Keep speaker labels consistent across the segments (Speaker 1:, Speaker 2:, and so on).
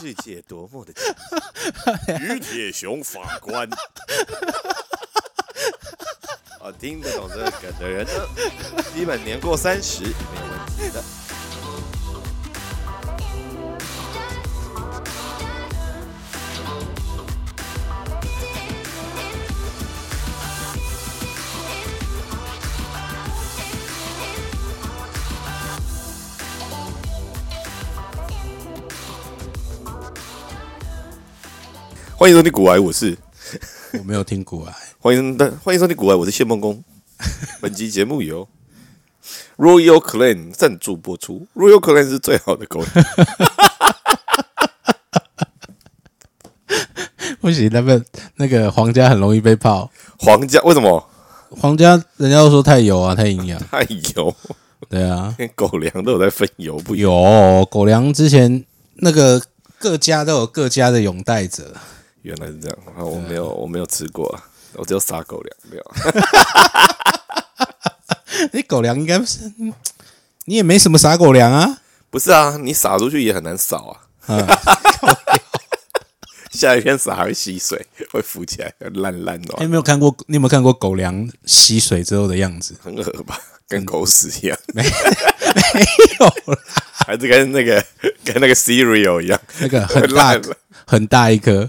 Speaker 1: 世界多么的清 晰，于铁雄法官。啊，听得懂这个梗的人呢，基本年过三十没有问题的。欢迎收听古玩，我是
Speaker 2: 我没有听古来，
Speaker 1: 欢迎的，欢迎收听古玩，我是谢梦工。 本集节目由 Royal Clan 赞助播出。Royal Clan 是最好的狗粮，
Speaker 2: 不行，那边那个皇家很容易被泡，
Speaker 1: 皇 家为什么，
Speaker 2: 皇家人家都说太油啊，太营养
Speaker 1: 太油？
Speaker 2: 对啊，
Speaker 1: 连狗粮都有在分油不油？
Speaker 2: 有狗粮之前那个各家都有各家的拥戴者，
Speaker 1: 原来是这样，啊，我没有，我没有吃过啊，我只有撒狗粮，没有啊。
Speaker 2: 你狗粮应该不是，嗯你也没什么撒狗粮啊，
Speaker 1: 不是啊，你撒出去也很难扫啊。 下雨天撒还会吸水，会浮起来，烂烂的
Speaker 2: 你
Speaker 1: 啊，？
Speaker 2: 有没有看过？你有没有看过狗粮吸水之后的样子
Speaker 1: 很恶吧？
Speaker 2: 嗯
Speaker 1: 跟狗屎一样，
Speaker 2: 没有啦，
Speaker 1: 还是跟那个 跟那个 cereal 一样，
Speaker 2: 那个很大
Speaker 1: 烂了
Speaker 2: 很大一颗，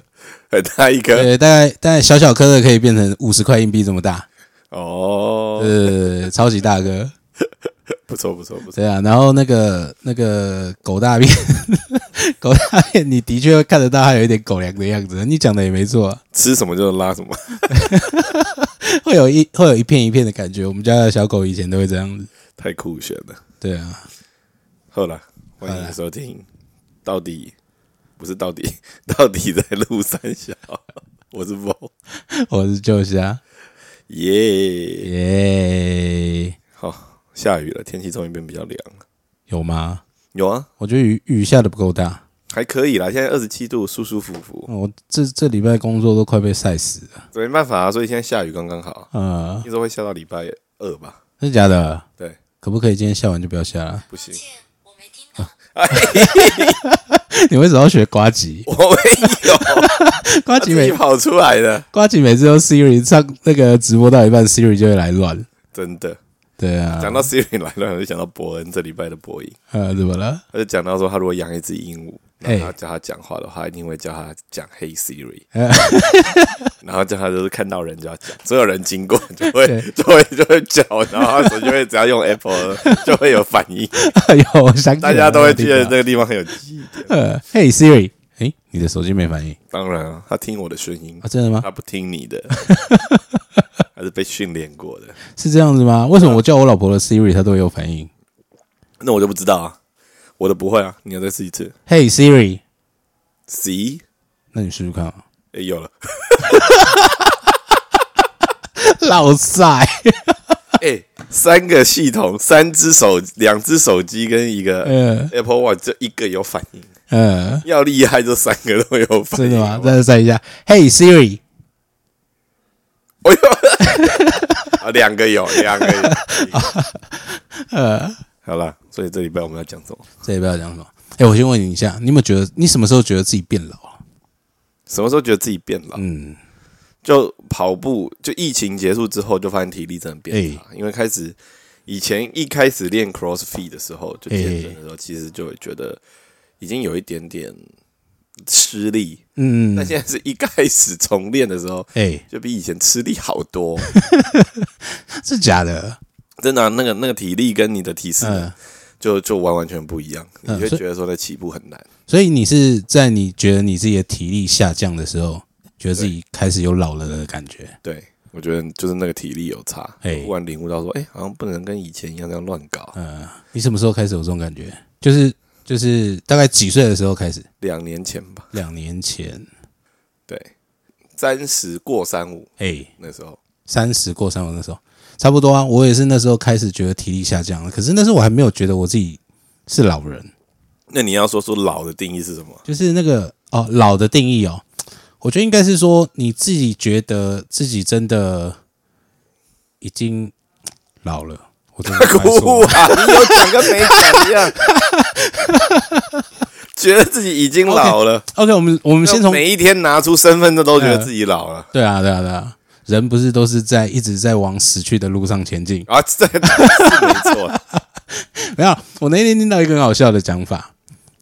Speaker 1: 很大一颗
Speaker 2: 对，大概大概小小颗的可以变成五十块硬币这么大，
Speaker 1: 哦，
Speaker 2: 呃，超级大颗。
Speaker 1: 不错不错不错，
Speaker 2: 对啊，然后那个那个狗大便， 狗大便，你的确会看得到它有一点狗粮的样子。你讲的也没错、啊，
Speaker 1: 吃什么就拉什么，
Speaker 2: 会有一会有一片一片的感觉。我们家的小狗以前都会这样子。
Speaker 1: 太酷炫了。
Speaker 2: 对啊，
Speaker 1: 好了，欢迎收听，到底不是到底， 到底在路三小，我是 Vo
Speaker 2: 我是啊旧虾，
Speaker 1: 耶，
Speaker 2: 耶，
Speaker 1: 好，下雨了，天气终于变比较凉了，
Speaker 2: 有吗？
Speaker 1: 有啊。
Speaker 2: 我觉得雨雨下的不够大，
Speaker 1: 还可以啦，现在二十七度，舒舒服服，
Speaker 2: 我这这礼拜工作都快被晒死了。
Speaker 1: 没办法啊，所以现在下雨刚刚好，
Speaker 2: 呃，
Speaker 1: 听说会下到礼拜二吧？
Speaker 2: 真的假的？
Speaker 1: 对，
Speaker 2: 可不可以今天下完就不要下了？
Speaker 1: 不行，
Speaker 3: 我没听到。
Speaker 2: 你为什么要学瓜吉？
Speaker 1: 我没 有，
Speaker 2: 瓜
Speaker 1: 自
Speaker 2: 吉每
Speaker 1: 己跑出来的，
Speaker 2: 瓜吉每次都 Siri 上那个直播到一半，Siri 就会来乱。
Speaker 1: 真的。
Speaker 2: 对啊，
Speaker 1: 讲到 Siri 来了，我就想到伯恩这礼拜的播音，
Speaker 2: 呃，怎么了？
Speaker 1: 他就讲到说，他如果养一只鹦鹉，
Speaker 2: 哎
Speaker 1: 然后他叫他讲话的话，一定会叫他讲 Hey Siri，然后叫他就是看到人就要讲，所有人经过就会
Speaker 2: 对
Speaker 1: 就会就会叫，然后他手机会只要用 Apple 就会有反应，
Speaker 2: 有，我想起
Speaker 1: 大
Speaker 2: 来了
Speaker 1: 家都会觉得这。个地方很有记忆 点。
Speaker 2: 呃，嘿 Siri，哎、你的手机没反应
Speaker 1: 当然啊，他听我的声音
Speaker 2: 啊？，真的吗？
Speaker 1: 他不听你的， 他是被训练过的。
Speaker 2: 是这样子吗？为什
Speaker 1: 啊
Speaker 2: 么我叫我老婆的 Siri 她都会有反应？
Speaker 1: 那我就不知道啊，我的不会啊，你要再试一次。
Speaker 2: 嘿 Siri，
Speaker 1: C，
Speaker 2: 那你试 试看啊。
Speaker 1: 诶有 了，
Speaker 2: 老塞，
Speaker 1: 哎、三个系统，三只手，两只手机跟一个
Speaker 2: 呃
Speaker 1: Apple Watch，这一个有反应。
Speaker 2: 呃，
Speaker 1: 要厉害，就三个都有反应。
Speaker 2: 真的 吗？
Speaker 1: 好不好
Speaker 2: 再再一下，嘿 Siri，
Speaker 1: 哎呦， 啊，两个有，两个有。呃，
Speaker 2: 呃
Speaker 1: 好了，所以这礼拜我们要讲什么？
Speaker 2: 这也不要讲什么。哎、我先问你一下，你有没有觉得你什么时候觉得自己变老啊了？
Speaker 1: 什么时候觉得自己变老？
Speaker 2: 嗯，
Speaker 1: 就跑步，就疫情结束之后，就发现体力真的变差，
Speaker 2: 哎
Speaker 1: 因为开始以前一开始练 CrossFit 的时候，就健身的时候，其实就会觉得已经有一点点吃力，
Speaker 2: 嗯，
Speaker 1: 但现在是一开始重练的时候，
Speaker 2: 哎、
Speaker 1: 就比以前吃力好多，
Speaker 2: 是假的，
Speaker 1: 真的啊、那个那个体力跟你的体式
Speaker 2: 嗯，
Speaker 1: 就就完完全不一样，你
Speaker 2: 嗯
Speaker 1: 会
Speaker 2: 所以
Speaker 1: 觉得说在起步很难，
Speaker 2: 所以你是在你觉得你自己的体力下降的时候，觉得自己开始有老了的感觉。
Speaker 1: 对。我觉得就是那个体力有差，
Speaker 2: 哎
Speaker 1: 忽然领悟到说，哎、好像不能跟以前一样这样乱搞。
Speaker 2: 呃，你什么时候开始有这种感觉？就是就是大概几岁的时候开始？
Speaker 1: 两年前吧，
Speaker 2: 两年前，
Speaker 1: 对，三十过三五
Speaker 2: 哎、
Speaker 1: 那时候，
Speaker 2: 三十过三，我那时候差不多啊。我也是那时候开始觉得体力下降了，可是那时候我还没有觉得我自己是老人，
Speaker 1: 那你要说说老的定义是什么？
Speaker 2: 就是那个哦老的定义哦，我觉得应该是说你自己觉得自己真的已经老 了。
Speaker 1: 啊
Speaker 2: 我真的不敢说
Speaker 1: 哭啊！你有讲跟没讲一样，觉得自己已经老了。
Speaker 2: OK，我们我们先从嗯
Speaker 1: 每一天拿出身份证，都觉得自己老了。
Speaker 2: 对啊，对啊，对啊，人不是都是在一直在往死去的路上前进？
Speaker 1: 啊，这是没错。
Speaker 2: 没有，我那天听到一个很好笑的讲法，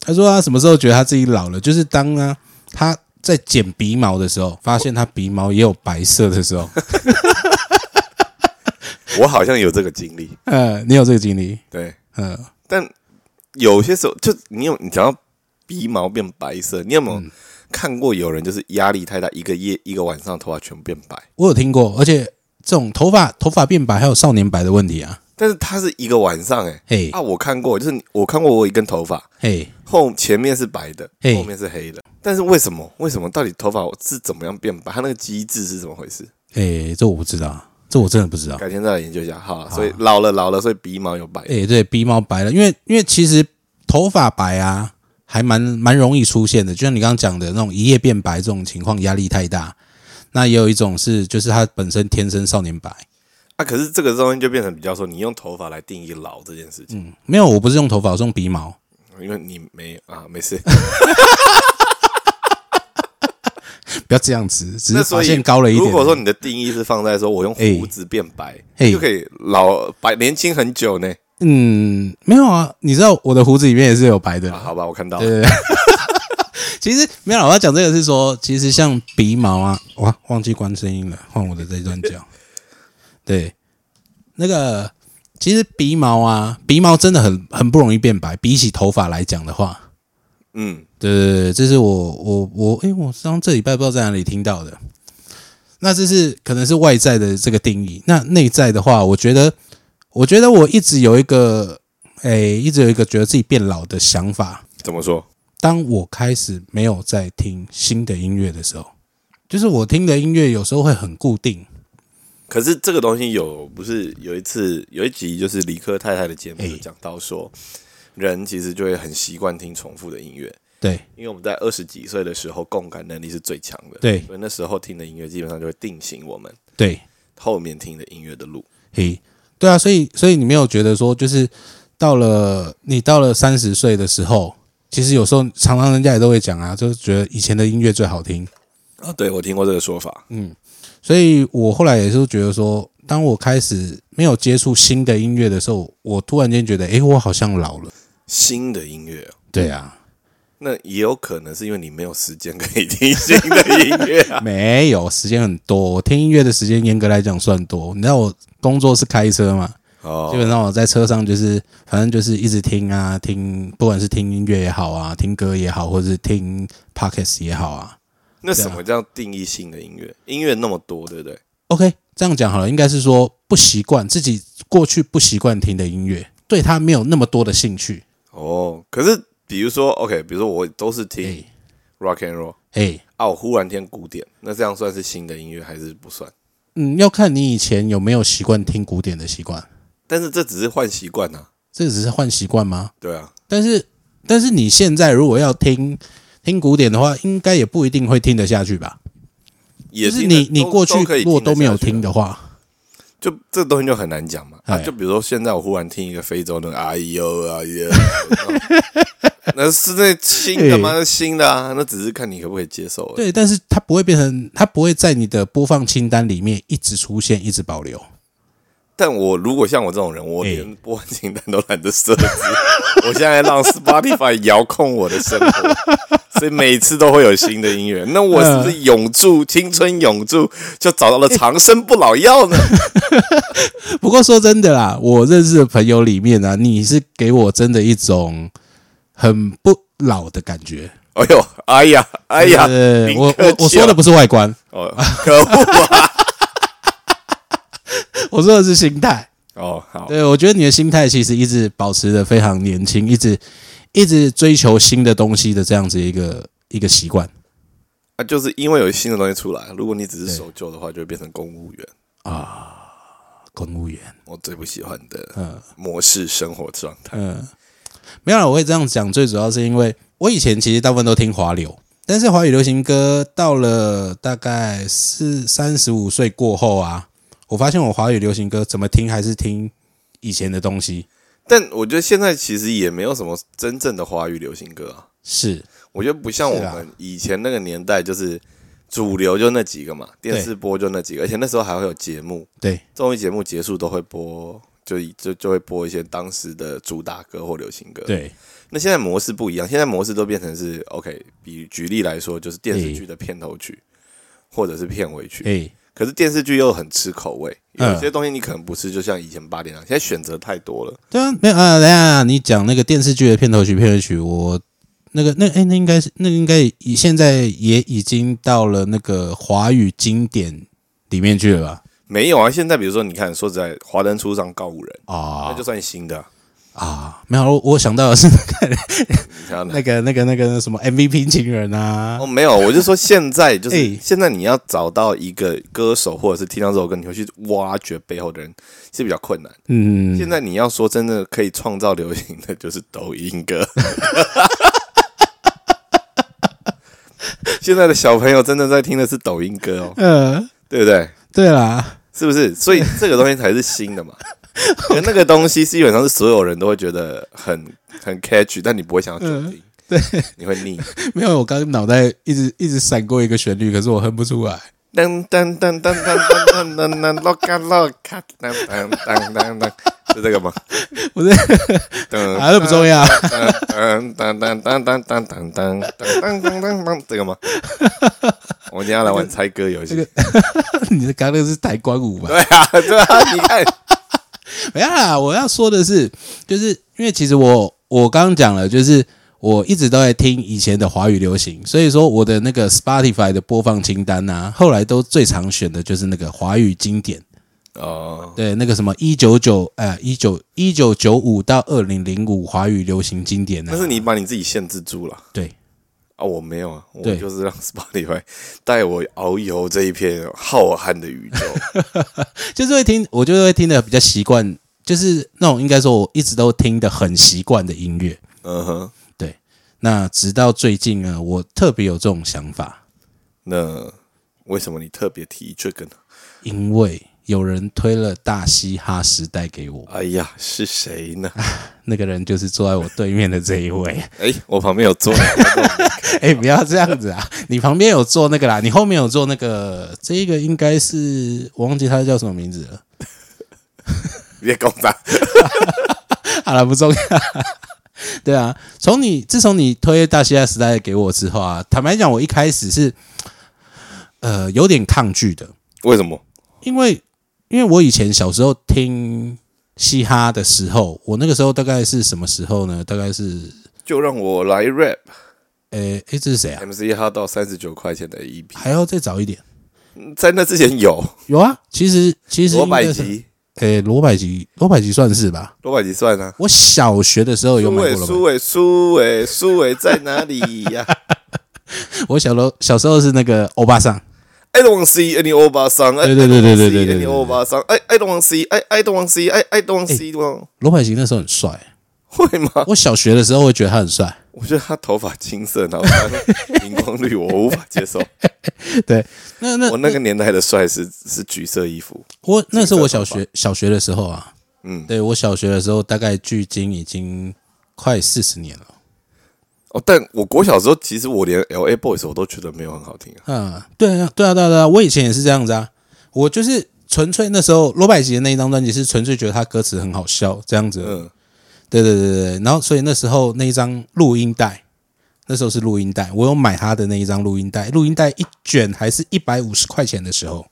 Speaker 2: 他说他啊什么时候觉得他自己老了，就是当啊他在剪鼻毛的时候，发现他鼻毛也有白色的时候。
Speaker 1: 我好像有这个经历，
Speaker 2: 呃，你有这个经历，
Speaker 1: 对，
Speaker 2: 嗯，
Speaker 1: 但有些时候就你有，你只要鼻毛变白色，你有没有
Speaker 2: 嗯
Speaker 1: 看过有人就是压力太大，一个夜一个晚上头发全部变白？
Speaker 2: 我有听过，而且这种头发头发变白还有少年白的问题啊，
Speaker 1: 但是它是一个晚上、欸，哎
Speaker 2: 嘿，
Speaker 1: 啊，我看过，就是我看过我有一根头发
Speaker 2: 嘿，
Speaker 1: 后前面是白的，
Speaker 2: 嘿
Speaker 1: 后面是黑的，但是为什么？为什么到底头发是怎么样变白？它那个机制是怎么回事？
Speaker 2: 哎，这我不知道，这我真的不知道。
Speaker 1: 改天再来研究一下。好啊，所以老了老了，所以鼻毛有白。
Speaker 2: 哦哎、对，鼻毛白了，因为因为其实头发白啊，还蛮蛮容易出现的，就像你刚刚讲的那种一夜变白这种情况，压力太大。那也有一种是，就是他本身天生少年白。
Speaker 1: 啊，可是这个东西就变成比较说，你用头发来定义老这件事情，
Speaker 2: 没有，我不是用头发，我是用鼻毛。
Speaker 1: 因为你没啊，没事。
Speaker 2: 不要这样子，只是
Speaker 1: 那所
Speaker 2: 发
Speaker 1: 以
Speaker 2: 现高了一点。
Speaker 1: 如果说你的定义是放在说我用胡子变白，
Speaker 2: 哎
Speaker 1: 就可以老白年轻很久呢、
Speaker 2: 嗯，没有啊，你知道我的胡子里面也是有白的。
Speaker 1: 啊。好吧，我看到
Speaker 2: 对
Speaker 1: 了，
Speaker 2: 对对。其实没有啦，我要讲这个是说，其实像鼻毛啊，哇，忘记关声音了，换我的这一段讲。对，那个其实鼻毛啊，鼻毛真的很很不容易变白，比起头发来讲的话，
Speaker 1: 嗯，
Speaker 2: 对对对，这是我我我，诶，我上这礼拜不知道在哪里听到的。那这是可能是外在的这个定义，那内在的话，我觉得，我觉得我一直有一个，诶，一直有一个觉得自己变老的想法，
Speaker 1: 怎么说？
Speaker 2: 当我开始没有在听新的音乐的时候，就是我听的音乐有时候会很固定。
Speaker 1: 可是这个东西有不是有一次有一集就是理科太太的节目
Speaker 2: 哎
Speaker 1: 有讲到说，人其实就会很习惯听重复的音乐，
Speaker 2: 对
Speaker 1: 因为我们在二十几岁的时候共感能力是最强的，
Speaker 2: 对
Speaker 1: 所以那时候听的音乐基本上就会定型我们
Speaker 2: 对，
Speaker 1: 后面听的音乐的路。
Speaker 2: 嘿，对啊，所以所以你没有觉得说，就是到了你到了三十岁的时候，其实有时候常常人家也都会讲啊，就是觉得以前的音乐最好听。嗯
Speaker 1: 啊，对，我听过这个说法。
Speaker 2: 所以我后来也是觉得说，当我开始没有接触新的音乐的时候，我突然间觉得，诶，我好像老了。
Speaker 1: 新的音乐哦，
Speaker 2: 对啊，
Speaker 1: 那也有可能是因为你没有时间可以听新的音乐 啊。
Speaker 2: 没有时间很多，我听音乐的时间严格来讲算多。你知道我工作是开车嘛，基
Speaker 1: 哦，
Speaker 2: 本上我在车上就是反正就是一直听啊听，不管是听音乐也好啊，听歌也好，或者是听 podcast 也好啊。
Speaker 1: 那什么叫定义性的音乐？音乐那么多，对不对？
Speaker 2: OK，这样讲好了，应该是说不习惯自己过去不习惯听的音乐，对它没有那么多的兴趣。
Speaker 1: 哦，可是比如说，OK，比如说我都是听
Speaker 2: 哎
Speaker 1: rock and roll，
Speaker 2: 哎，
Speaker 1: 啊，我忽然听古典，那这样算是新的音乐还是不算？
Speaker 2: 嗯，要看你以前有没有习惯听古典的习惯，
Speaker 1: 但是这只是换习惯啊，
Speaker 2: 这只是换习惯吗？
Speaker 1: 对啊，
Speaker 2: 但是但是你现在如果要听听古典的话，应该也不一定会听得下去吧？
Speaker 1: 也
Speaker 2: 就是
Speaker 1: 听得
Speaker 2: 你你
Speaker 1: 都
Speaker 2: 过
Speaker 1: 都
Speaker 2: 去
Speaker 1: 可以
Speaker 2: 如果
Speaker 1: 得
Speaker 2: 都没
Speaker 1: 下
Speaker 2: 有
Speaker 1: 去
Speaker 2: 听
Speaker 1: 啊，
Speaker 2: 的话，
Speaker 1: 就这东西就很难讲嘛。啊，
Speaker 2: 哎
Speaker 1: 就比如说现在我忽然听一个非洲的，哎呦哎呦， 那是那新的吗？
Speaker 2: 哎
Speaker 1: 那新的啊，那只是看你可不可以接受而已。
Speaker 2: 对，但是它不会变成，它不会在你的播放清单里面一直出现，一直保留。
Speaker 1: 但我如果像我这种人，我
Speaker 2: 哎
Speaker 1: 连播放清单都懒得设置， 我现在让 Spotify 遥控我的生活，所以每次都会有新的音乐。那我是不是永驻青春永驻，就找到了长生不老药 呢？
Speaker 2: 不过说真的啦，我认识的朋友里面啊，你是给我真的一种很不老的感觉。
Speaker 1: 哎呦，哎呀，哎呀，
Speaker 2: 对
Speaker 1: 林
Speaker 2: 我
Speaker 1: 克
Speaker 2: 我我
Speaker 1: 气
Speaker 2: 说的
Speaker 1: 了
Speaker 2: 不是外观，
Speaker 1: 哦，可恶啊！
Speaker 2: 我说的是心态。
Speaker 1: 哦，好，
Speaker 2: 对，我觉得你的心态其实一直保持的非常年轻，一直一直追求新的东西的这样子一个一个习惯
Speaker 1: 啊，就是因为有新的东西出来，如果你只是守旧的话，就会变成公务员。
Speaker 2: 公务员。
Speaker 1: 我最不喜欢的
Speaker 2: 嗯
Speaker 1: 模式生活状态。
Speaker 2: 没有啦，我会这样讲，最主要是因为我以前其实大部分都听华流，但是华语流行歌到了大概四三十五岁过后啊，我发现我华语流行歌怎么听还是听以前的东西。
Speaker 1: 但我觉得现在其实也没有什么真正的华语流行歌啊。
Speaker 2: 是
Speaker 1: 我觉得不像我
Speaker 2: 是啊
Speaker 1: 们以前那个年代，就是主流就那几个嘛，电视播就那几个，而且那时候还会有节目，
Speaker 2: 对，
Speaker 1: 综艺节目结束都会播，就就就会播一些当时的主打歌或流行歌。，
Speaker 2: 对，
Speaker 1: 那现在模式不一样，现在模式都变成是 OK，比举例来说，就是电视剧的片头曲或者是片尾曲，
Speaker 2: 哎，
Speaker 1: 可是电视剧又很吃口味，
Speaker 2: 嗯
Speaker 1: 有些东西你可能不是，就像以前八点档，现在选择太多了。
Speaker 2: 对啊，没有啊，等一下你讲那个电视剧的片头曲、片尾曲，我那个那哎、那应该是那个应该以现在也已经到了那个华语经典里面去了吧？
Speaker 1: 没有啊，现在比如说，你看，说实在，《华灯初上》告五人，那
Speaker 2: 啊
Speaker 1: 就算新的啊、
Speaker 2: 啊，没有，我我想到的是
Speaker 1: 你看
Speaker 2: 那个那个那个什么 MVP 情人啊
Speaker 1: 哦，，没有，我就说现在就是、
Speaker 2: 哎
Speaker 1: 现在，你要找到一个歌手或者是听到这首歌，你会去挖掘背后的人是比较困难。
Speaker 2: 嗯，
Speaker 1: 现在你要说真的可以创造流行的， 就是抖音歌。现在的小朋友真的在听的是抖音歌哦，
Speaker 2: 呃，
Speaker 1: 对不对？
Speaker 2: 对啦，
Speaker 1: 是不是？所以这个东西才是新的嘛。可那个东西基本上是所有人都会觉得很很 catch，但你不会想要去听，对，你会腻。
Speaker 2: 没有，我刚刚脑袋一直一直闪过一个旋律，可是我哼不出来。
Speaker 1: 噔噔噔噔噔噔噔噔噔，洛卡洛卡，噔噔噔噔噔，是这个吗？
Speaker 2: 不是
Speaker 1: 噔
Speaker 2: 啊，那不重要。
Speaker 1: 噔噔噔噔噔噔噔噔噔噔噔噔，这个吗？我们今天要来玩猜歌游戏。
Speaker 2: 你的刚刚那个是抬棺舞吧？
Speaker 1: 对啊， 对啊，你看，
Speaker 2: 没有啦，哎我要说的是，就是因为其实我我刚刚讲了，就是我一直都在听以前的华语流行，所以说我的那个 Spotify 的播放清单啊，后来都最常选的就是那个华语经典，
Speaker 1: 哦，
Speaker 2: 对，那个什么一九九呃一九一九九五到二零零五华语流行经典
Speaker 1: 但是
Speaker 2: 啊，
Speaker 1: 你把你自己限制住了。
Speaker 2: 对，
Speaker 1: 啊，我没有啊，我
Speaker 2: 对
Speaker 1: 就是让 Spotify 带我遨游这一片浩瀚的宇 宙。
Speaker 2: 就是会听，我就会听的比较习惯，就是那种应该说我一直都听的很习惯的音乐，
Speaker 1: 嗯哼，
Speaker 2: 对，那直到最近呢，我特别有这种想法，
Speaker 1: 那为什么你特别提这个呢？
Speaker 2: 因为有人推了大嘻哈时代给我，
Speaker 1: 哎呀，是谁 呢？
Speaker 2: 那个人就是坐在我对面的这一位。
Speaker 1: 哎、我旁边有坐，
Speaker 2: 哎、不要这样子啊！你旁边有做那个啦，你后面有做那个，这一个应该是我忘记他叫什么名字了。
Speaker 1: 别搞砸。
Speaker 2: 好了，不重要。 对啊，从你自从你推大嘻哈时代给我之后啊，坦白讲，我一开始是呃有点抗拒的，
Speaker 1: 为什么？
Speaker 2: 因为因为我以前小时候听嘻哈的时候，我那个时候大概是什么时候呢？大概是
Speaker 1: 就让我来 rap。
Speaker 2: 诶、诶，这是谁啊？
Speaker 1: MC 哈到三十九块钱的 EP，
Speaker 2: 还要再早一点？
Speaker 1: 在那之前有
Speaker 2: 有啊，其实其实
Speaker 1: 罗百
Speaker 2: 应该是，
Speaker 1: 吉，
Speaker 2: 诶、罗百吉，罗百吉算是吧。
Speaker 1: 罗百吉算啊。
Speaker 2: 我小学的时候有
Speaker 1: 苏
Speaker 2: 买过
Speaker 1: 伟，
Speaker 2: 罗百
Speaker 1: 苏伟，苏伟，苏伟在哪里呀、
Speaker 2: 吉，我小楼小时候是那个欧巴桑，
Speaker 1: I don't want see any 欧巴桑，
Speaker 2: 对对对对对对对对
Speaker 1: any 欧巴桑，I I don't want see I I don't want see I I don't want see 吗？
Speaker 2: 罗百吉那时候很帅，
Speaker 1: 会吗？
Speaker 2: 我小学的时候会觉得他很帅，
Speaker 1: 我觉得他头发金色，然后他荧光绿，我无法接受。
Speaker 2: 对，那那
Speaker 1: 我那个年代的帅是是橘色衣服，
Speaker 2: 我那是我小
Speaker 1: 这
Speaker 2: 学小学的时候啊，
Speaker 1: 嗯，
Speaker 2: 对我小学的时候大概距今已经快四十年了，
Speaker 1: 哦，但我国小的时候，其实我连 L A Boys 我都觉得没有很好听啊。
Speaker 2: 嗯，对啊对啊对啊对啊，我以前也是这样子啊，我就是纯粹那时候罗百吉的那一张专辑是纯粹觉得他歌词很好笑这样子而已，
Speaker 1: 嗯，
Speaker 2: 对对对对，对然后所以那时候那一张录音带，那时候是录音带，我有买他的那一张录音带，录音带一卷还是一百五十块钱的时候，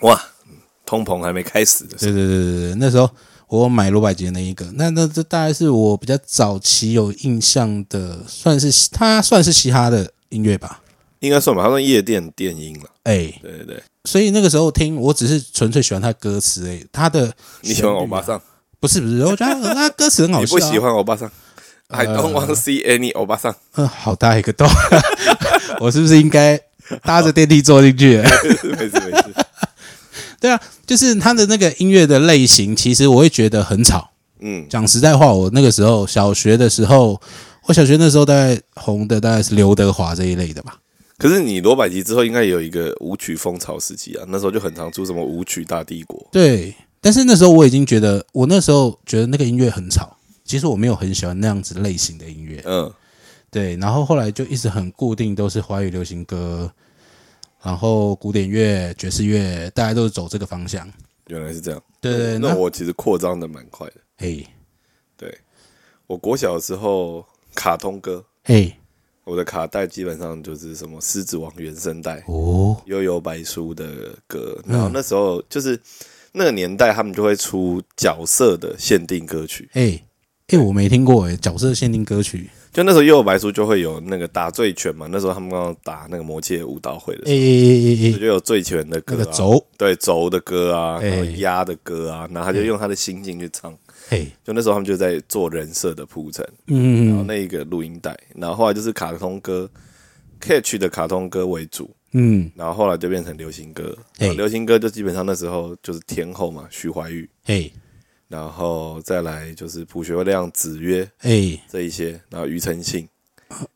Speaker 1: 哇，嗯通膨还没开始的时候，
Speaker 2: 对对对对对，那时候我有买罗百吉的那一个，那那这大概是我比较早期有印象的，算是他算是嘻哈的音乐吧，
Speaker 1: 应该算吧，它算夜店电音了。
Speaker 2: 哎，
Speaker 1: 对对对，
Speaker 2: 所以那个时候听，我只是纯粹喜欢他歌词，哎，他的
Speaker 1: 你喜欢欧巴桑，
Speaker 2: 不是不是，我觉得他他歌词很好
Speaker 1: 你
Speaker 2: 笑、啊
Speaker 1: 不喜？欢欧巴桑？I don't want see any 欧巴桑。
Speaker 2: 嗯，好大一个洞， 我是不是应该搭着电梯坐进 去？
Speaker 1: 没事没事，
Speaker 2: 对啊，就是他的那个音乐的类型，其实我会觉得很吵。
Speaker 1: 嗯，
Speaker 2: 讲实在话，我那个时候小学的时候，我小学那时候大概红的大概是刘德华这一类的吧。
Speaker 1: 可是你罗百吉之后，应该有一个舞曲风潮时期啊，那时候就很常出什么舞曲大帝国。
Speaker 2: 对，但是那时候我已经觉得，我那时候觉得那个音乐很吵。其实我没有很喜欢那样子类型的音乐，
Speaker 1: 嗯，
Speaker 2: 对，然后后来就一直很固定，都是华语流行歌，然后古典乐、爵士乐，大家都是走这个方向。
Speaker 1: 原来是这样。
Speaker 2: 对对，
Speaker 1: 那
Speaker 2: 那
Speaker 1: 我其实扩张的蛮快的。
Speaker 2: 嘿
Speaker 1: 对，我国小的时候，卡通歌，
Speaker 2: 嘿
Speaker 1: 我的卡带基本上就是什么《狮子王》原声带、
Speaker 2: 哦，
Speaker 1: 悠悠白书的歌，
Speaker 2: 嗯
Speaker 1: 然后那时候就是那个年代，他们就会出角色的限定歌曲。
Speaker 2: 哎哎，我没听过哎，角色限定歌曲，
Speaker 1: 就那时候悠悠白书就会有那个打醉拳嘛，那时候他们刚打那个魔界舞蹈会的时
Speaker 2: 哎
Speaker 1: 候，
Speaker 2: 哎哎哎哎，
Speaker 1: 就有醉拳的歌、
Speaker 2: 那
Speaker 1: 啊，
Speaker 2: 个轴，
Speaker 1: 对轴的歌啊，
Speaker 2: 哎
Speaker 1: 然后鸭的歌啊，然后他就用他的心境去唱。
Speaker 2: 嘿，
Speaker 1: 就那时候他们就在做人设的铺陈，然后
Speaker 2: 嗯嗯
Speaker 1: 那一个录音带，然后后来就是卡通歌，catch 的卡通歌为主，
Speaker 2: 嗯，
Speaker 1: 然后后来就变成流行歌。
Speaker 2: 哎
Speaker 1: 然后流行歌就基本上那时候就是天后嘛，徐怀钰，
Speaker 2: 嘿
Speaker 1: 然后再来就是朴学亮、子曰
Speaker 2: 哎
Speaker 1: 这一些，然后庾澄庆。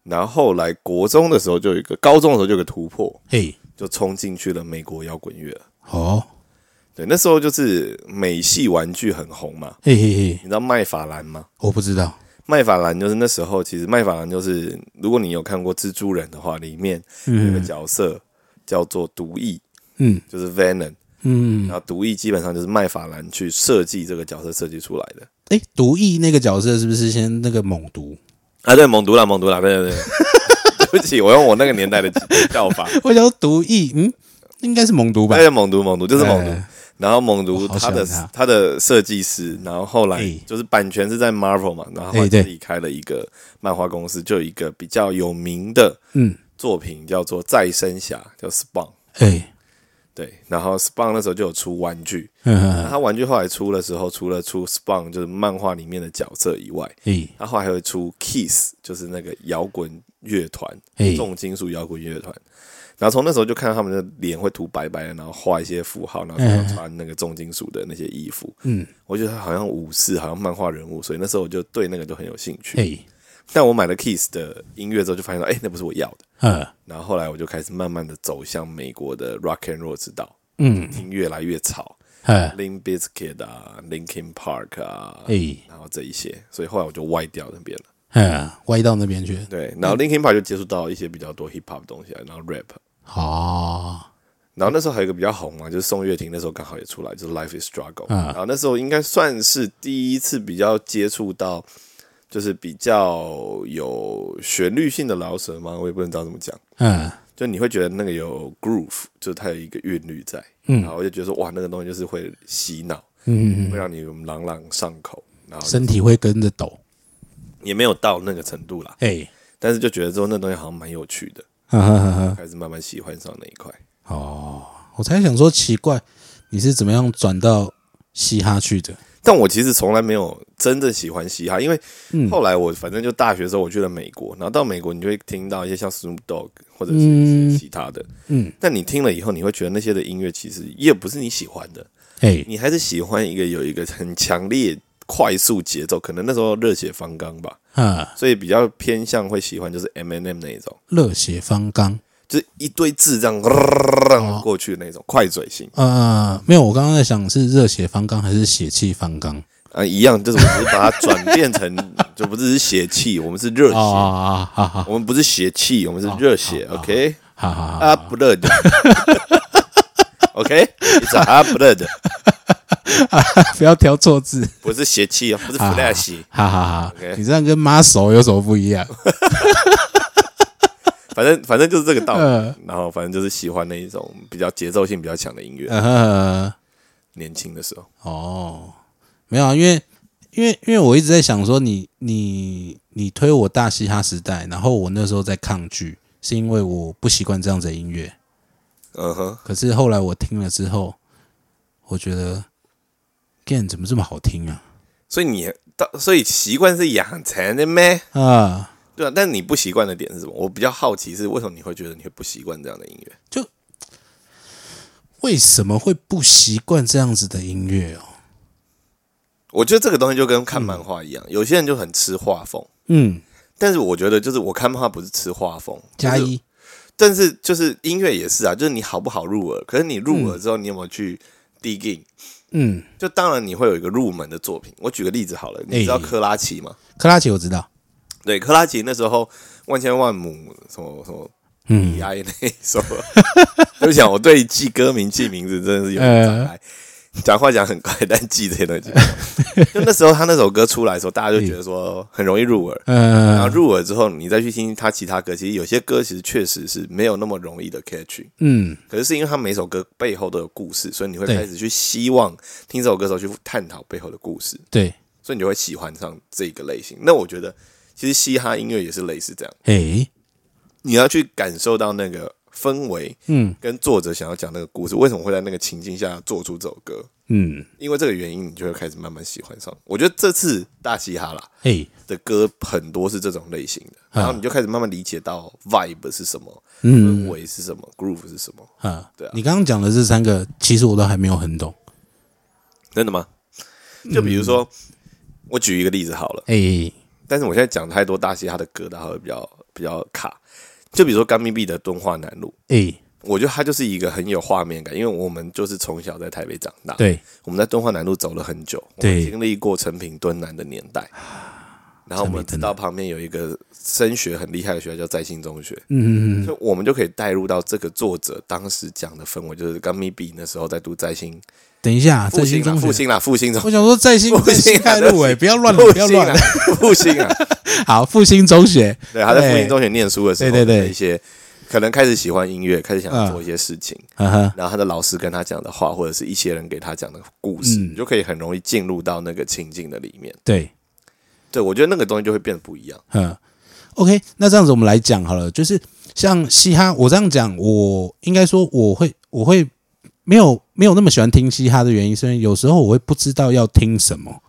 Speaker 1: 然后后来国中的时候就有一个，高中的时候就有个突破，
Speaker 2: 嘿，
Speaker 1: 就冲进去了美国摇滚乐。
Speaker 2: 好，
Speaker 1: 对，那时候就是美系玩具很红嘛，
Speaker 2: 嘿嘿嘿
Speaker 1: 你，知道麦法兰吗？
Speaker 2: 我不知道，
Speaker 1: 麦法兰就是那时候，其实麦法兰就是，如果你有看过蜘蛛人的话，里面有个
Speaker 2: 嗯
Speaker 1: 角色叫做毒液，
Speaker 2: 嗯
Speaker 1: 就是 Venom，
Speaker 2: 嗯
Speaker 1: 然，后毒液基本上就是麦法兰去设计这个角色设计出来的。
Speaker 2: 哎，毒液那个角色是不是先那个猛毒？
Speaker 1: 啊，对，猛毒啦，猛毒啦，对对对， 对不起，我用我那个年代的叫 法，
Speaker 2: 我想说毒液，嗯，应该是猛毒吧？
Speaker 1: 对，猛毒，猛毒就是猛毒
Speaker 2: 哎。
Speaker 1: 然后猛毒
Speaker 2: 我好
Speaker 1: 他的
Speaker 2: 想他
Speaker 1: 他的设计师，然后后来
Speaker 2: 哎
Speaker 1: 就是版权是在 Marvel 嘛，然后后来
Speaker 2: 哎对
Speaker 1: 自己开了一个漫画公司，就有一个比较有名的
Speaker 2: 嗯，
Speaker 1: 作品叫做《再生侠》，叫 Spawn。
Speaker 2: 哎，
Speaker 1: 对，然后 Spawn 那时候就有出玩具，
Speaker 2: 嗯嗯
Speaker 1: 那他玩具后来出的时候，除了出 Spawn 就是漫画里面的角色以外，
Speaker 2: 哎
Speaker 1: 他后来还会出 Kiss，就是那个摇滚乐团，
Speaker 2: 哎，
Speaker 1: 重金属摇滚乐团。然后从那时候就看到他们的脸会涂白白的，然后画一些符号，然后
Speaker 2: 嗯
Speaker 1: 穿那个重金属的那些衣服。
Speaker 2: 嗯，
Speaker 1: 我觉得他好像武士，好像漫画人物，所以那时候我就对那个就很有兴趣。
Speaker 2: 哎，
Speaker 1: 但我买了 Kiss 的音乐之后，就发现到，哎，那不是我要的。
Speaker 2: 呃，
Speaker 1: 然后后来我就开始慢慢的走向美国的 rock and roll 之道，
Speaker 2: 嗯，
Speaker 1: 听越来越吵
Speaker 2: 呃，
Speaker 1: ，Lin Biscuit 啊，Linkin Park 啊，
Speaker 2: 哎，
Speaker 1: 然后这一些，所以后来我就歪掉那边了。
Speaker 2: 呃，歪到那边去，
Speaker 1: 对，然后 Linkin Park 就接触到一些比较多 hip hop 的东西啊，然后 rap，
Speaker 2: 好，
Speaker 1: 然后那时候还有一个比较红嘛，就是宋岳庭那时候刚好也出来，就是 Life is Struggle，、
Speaker 2: 嗯
Speaker 1: 然后那时候应该算是第一次比较接触到。就是比较有旋律性的饶舌吗？我也不知道怎么讲。
Speaker 2: 嗯
Speaker 1: 就你会觉得那个有 groove，就是它有一个韵律在，
Speaker 2: 嗯
Speaker 1: 然后我就觉得说哇，那个东西就是会洗脑，
Speaker 2: 嗯，
Speaker 1: 会让你朗朗上口，然后
Speaker 2: 身体会跟着抖，
Speaker 1: 也没有到那个程度啦，
Speaker 2: 哎，
Speaker 1: 但是就觉得说那东西好像蛮有趣的，
Speaker 2: 呵呵呵呵，
Speaker 1: 开始慢慢喜欢上那一块。
Speaker 2: 哦，我才想说奇怪，你是怎么样转到嘻哈去的？
Speaker 1: 但我其实从来没有真正喜欢嘻哈，因为
Speaker 2: 嗯
Speaker 1: 后来我反正就大学的时候我去了美国，然后到美国你就会听到一些像 Snoop Dogg 或者是
Speaker 2: 嗯
Speaker 1: 其他的，
Speaker 2: 嗯，
Speaker 1: 但你听了以后你会觉得那些的音乐其实也不是你喜欢的，
Speaker 2: 哎，
Speaker 1: 你还是喜欢一个有一个很强烈、快速节奏，可能那时候热血方刚吧，
Speaker 2: 啊，
Speaker 1: 所以比较偏向会喜欢就是 M N M 那一种，
Speaker 2: 热血方刚，
Speaker 1: 就是一堆字这样过去的那种快嘴型
Speaker 2: 呃，没有，我刚刚在想是热血方刚还是血气方刚？
Speaker 1: 啊，一样，就是我们只是把它转变成，就不是血气，我们是热
Speaker 2: 啊
Speaker 1: 血，
Speaker 2: 啊啊，好
Speaker 1: 我们不是邪气，我们是热血，OK。
Speaker 2: 好好好，
Speaker 1: Up blood. OK, it's a hot blood，
Speaker 2: 不要挑错字。
Speaker 1: 不是邪气哦，不是 flash，
Speaker 2: 哈哈哈
Speaker 1: OK
Speaker 2: 你这样跟妈手有什么不一样？
Speaker 1: 反正反正就是这个道
Speaker 2: 嗯
Speaker 1: 理。然后反正就是喜欢那一种比较节奏性比较强的音乐。
Speaker 2: 呃，
Speaker 1: 年轻的时候，
Speaker 2: 哦，没有啊，因为因为因为我一直在想说你，你你推我大嘻哈时代，然后我那时候在抗拒，是因为我不习惯这样子的音乐。
Speaker 1: 嗯哼，
Speaker 2: 可是后来我听了之后，我觉得 Gan 怎么这么好听啊？
Speaker 1: 所以你到所以习惯是养成的咩？
Speaker 2: 啊，
Speaker 1: 对啊，但你不习惯的点是什么？我比较好奇是为什么你会觉得你会不习惯这样的音乐？
Speaker 2: 为什么会不习惯这样子的音乐哦？
Speaker 1: 我觉得这个东西就跟看漫画一样，有些人就很吃画风，
Speaker 2: 嗯，
Speaker 1: 但是我觉得就是我看漫画不是吃画风，
Speaker 2: 加
Speaker 1: 就是
Speaker 2: 一，
Speaker 1: 但是就是音乐也是啊，就是你好不好入耳，可是你入耳之后，你有没有去 digging？
Speaker 2: 嗯，
Speaker 1: 就当然你会有一个入门的作品。我举个例子好了，你知道
Speaker 2: 哎
Speaker 1: 科拉奇吗？
Speaker 2: 克拉奇我知道，
Speaker 1: 对，科拉奇那时候万千万亩什么什么
Speaker 2: 嗯
Speaker 1: B，I 那一首， 对不起啊，我对记歌名、记名字真的是有
Speaker 2: 呃
Speaker 1: 点障碍。讲话讲很快，但记这些东西，就那时候他那首歌出来的时候，大家就觉得说很容易入耳。然后
Speaker 2: 呃，
Speaker 1: 入耳之后，你再去听他其他歌，其实有些歌其实确实是没有那么容易的 catch，
Speaker 2: 嗯，
Speaker 1: 可是是因为他每首歌背后都有故事，所以你会
Speaker 2: 对
Speaker 1: 开始去希望听这首歌的时候去探讨背后的故事，
Speaker 2: 对，
Speaker 1: 所以你就会喜欢上这个类型。那我觉得其实嘻哈音乐也是类似这样，
Speaker 2: 诶，
Speaker 1: 你要去感受到那个氛围
Speaker 2: 嗯
Speaker 1: 跟作者想要讲那个故事，为什么会在那个情境下做出这首歌？
Speaker 2: 嗯，
Speaker 1: 因为这个原因，你就会开始慢慢喜欢上。我觉得这次大嘻哈啦
Speaker 2: 诶，
Speaker 1: 的歌很多是这种类型的，
Speaker 2: 啊
Speaker 1: 然后你就开始慢慢理解到 vibe 是什么，氛
Speaker 2: 嗯
Speaker 1: 围是什么，groove 是什么。
Speaker 2: 啊
Speaker 1: 对啊，
Speaker 2: 你刚刚讲的这三个，其实我都还没有很懂。
Speaker 1: 真的吗？就比如说，
Speaker 2: 嗯
Speaker 1: 我举一个例子好了，
Speaker 2: 诶，
Speaker 1: 但是我现在讲太多大嘻哈的歌，大家会比较比较卡。就比如说甘密币的《敦化南路》，
Speaker 2: 诶，
Speaker 1: 我觉得它就是一个很有画面感，因为我们就是从小在台北长大，
Speaker 2: 对，
Speaker 1: 我们在敦化南路走了很久，我们
Speaker 2: 对
Speaker 1: 经历过成品敦南的年代，
Speaker 2: 啊
Speaker 1: 然后我们知道旁边有一个升学很厉害的学校叫在兴中学，
Speaker 2: 嗯嗯嗯
Speaker 1: 所以我们就可以带入到这个作者当时讲的氛围，就是刚密比那时候在读在兴
Speaker 2: 等一下，在
Speaker 1: 复
Speaker 2: 新
Speaker 1: 兴啦，啊
Speaker 2: 中
Speaker 1: 复
Speaker 2: 学，
Speaker 1: 兴啦，复兴中
Speaker 2: 我想说在新
Speaker 1: 复
Speaker 2: 在
Speaker 1: 兴
Speaker 2: 新
Speaker 1: 啊
Speaker 2: 开路，诶，欸哎不要乱了，
Speaker 1: 复
Speaker 2: 不要
Speaker 1: 兴
Speaker 2: 乱
Speaker 1: 啊
Speaker 2: 了。，
Speaker 1: 复兴啊，
Speaker 2: 好，复兴中学，
Speaker 1: 对，他在复兴中学念书的时候，
Speaker 2: 对对对
Speaker 1: 一些可能开始喜欢音乐，开始想
Speaker 2: 嗯
Speaker 1: 做一些事情，
Speaker 2: 哈哈，
Speaker 1: 然后他的老师跟他讲的话，或者是一些人给他讲的故事，
Speaker 2: 嗯
Speaker 1: 你就可以很容易进入到那个情境的里面。
Speaker 2: 对，
Speaker 1: 对，我觉得那个东西就会变得不一样。
Speaker 2: 嗯，OK，那这样子我们来讲好了，就是像嘻哈，我这样讲，我应该说我会我会没有没有那么喜欢听嘻哈的原因，是因为有时候我会不知道要听什么。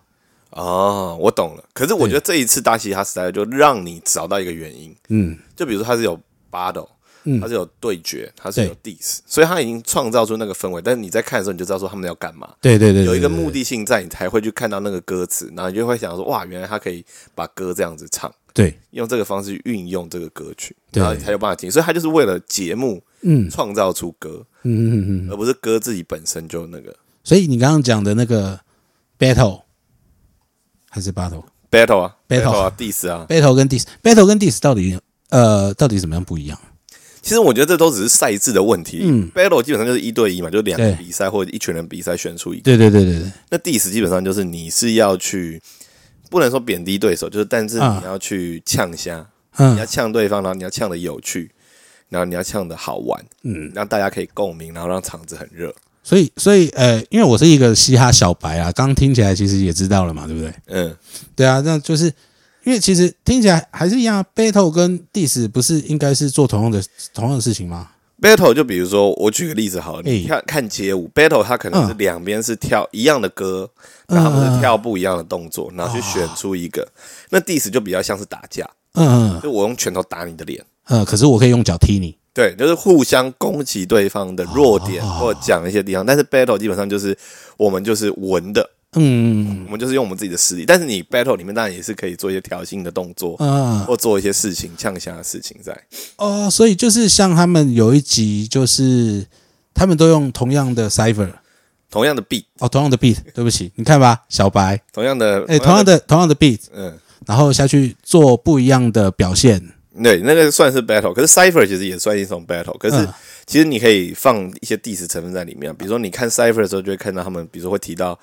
Speaker 1: 哦，我懂了。可是我觉得这一次大嘻哈时代就让你找到一个原因，
Speaker 2: 嗯
Speaker 1: 就比如说他是有 battle，
Speaker 2: 嗯
Speaker 1: 他是有对决，他是有
Speaker 2: 对
Speaker 1: diss，所以他已经创造出那个氛围。但是你在看的时候，你就知道说他们要干嘛。
Speaker 2: 对对对，
Speaker 1: 有一个
Speaker 2: 对
Speaker 1: 目，的性在，你才会去看到那个歌词，然后你就会想说，哇，原来他可以把歌这样子唱，
Speaker 2: 对，对
Speaker 1: 用这个方式运用这个歌曲，
Speaker 2: 对
Speaker 1: 然后你才有办法听。所以他就是为了节目
Speaker 2: 嗯
Speaker 1: 创造出歌，
Speaker 2: 嗯嗯嗯嗯，
Speaker 1: 而不是歌自己本身就那个
Speaker 2: 所以你刚刚讲的那个 battle 还是 battle，battle
Speaker 1: battle 啊
Speaker 2: Battle
Speaker 1: 啊 diss 啊。
Speaker 2: 跟 diss，battle 跟 diss 到底呃到底怎么样不一样？
Speaker 1: 其实我觉得这都只是赛制的问题。battle 基本上就是一对一嘛，就两个
Speaker 2: 嗯对
Speaker 1: 比赛或者一群人比赛选出一个。
Speaker 2: 对对对对对，
Speaker 1: 那 diss 基本上就是你是要去。不能说贬低对手，就是但是
Speaker 2: 啊
Speaker 1: 你要去呛虾，你要
Speaker 2: 嗯
Speaker 1: 呛对方，然后你要呛的有趣，然后你要呛的好玩，
Speaker 2: 嗯，
Speaker 1: 让大家可以共鸣，然后让场子很热。
Speaker 2: 所以所以呃，因为我是一个嘻哈小白啊，刚听起来其实也知道了嘛，对不对？
Speaker 1: 嗯，
Speaker 2: 对啊，那就是因为其实听起来还是一样啊，battle 跟 diss 不是应该是做同样的同样的事情吗？
Speaker 1: battle 就比如说，我举个例子好了，你
Speaker 2: 哎
Speaker 1: 看看街舞 battle，它可能是
Speaker 2: 嗯
Speaker 1: 两边是跳一样的歌，然后他们是跳不一样的动作，然后去选出一个。那 diss 就比较像是打架，
Speaker 2: 嗯嗯
Speaker 1: 就我用拳头打你的脸，
Speaker 2: 嗯，可是我可以用脚踢你。
Speaker 1: 对，就是互相攻击对方的弱点
Speaker 2: 哦
Speaker 1: 或者讲一些地方。但是 battle 基本上就是我们就是文的，
Speaker 2: 嗯
Speaker 1: 我们就是用我们自己的实力。但是你 battle 里面当然也是可以做一些挑衅的动作，
Speaker 2: 嗯
Speaker 1: 或做一些事情呛下的事情在。
Speaker 2: 哦，所以就是像他们有一集，就是他们都用同样的 cipher
Speaker 1: 同样的 beat，
Speaker 2: 哦，同样 的 beat。对不起，你看吧，小白，
Speaker 1: 同样的，
Speaker 2: 哎，同样，的同样的 beat，
Speaker 1: 嗯，
Speaker 2: 然后下去做不一样的表现。
Speaker 1: 对，那个算是 battle，可是 cipher 其实也算一种 battle，可是
Speaker 2: 嗯
Speaker 1: 其实你可以放一些 diss 成分在里面，比如说你看 cipher 的时候，就会看到他们，比如说会提到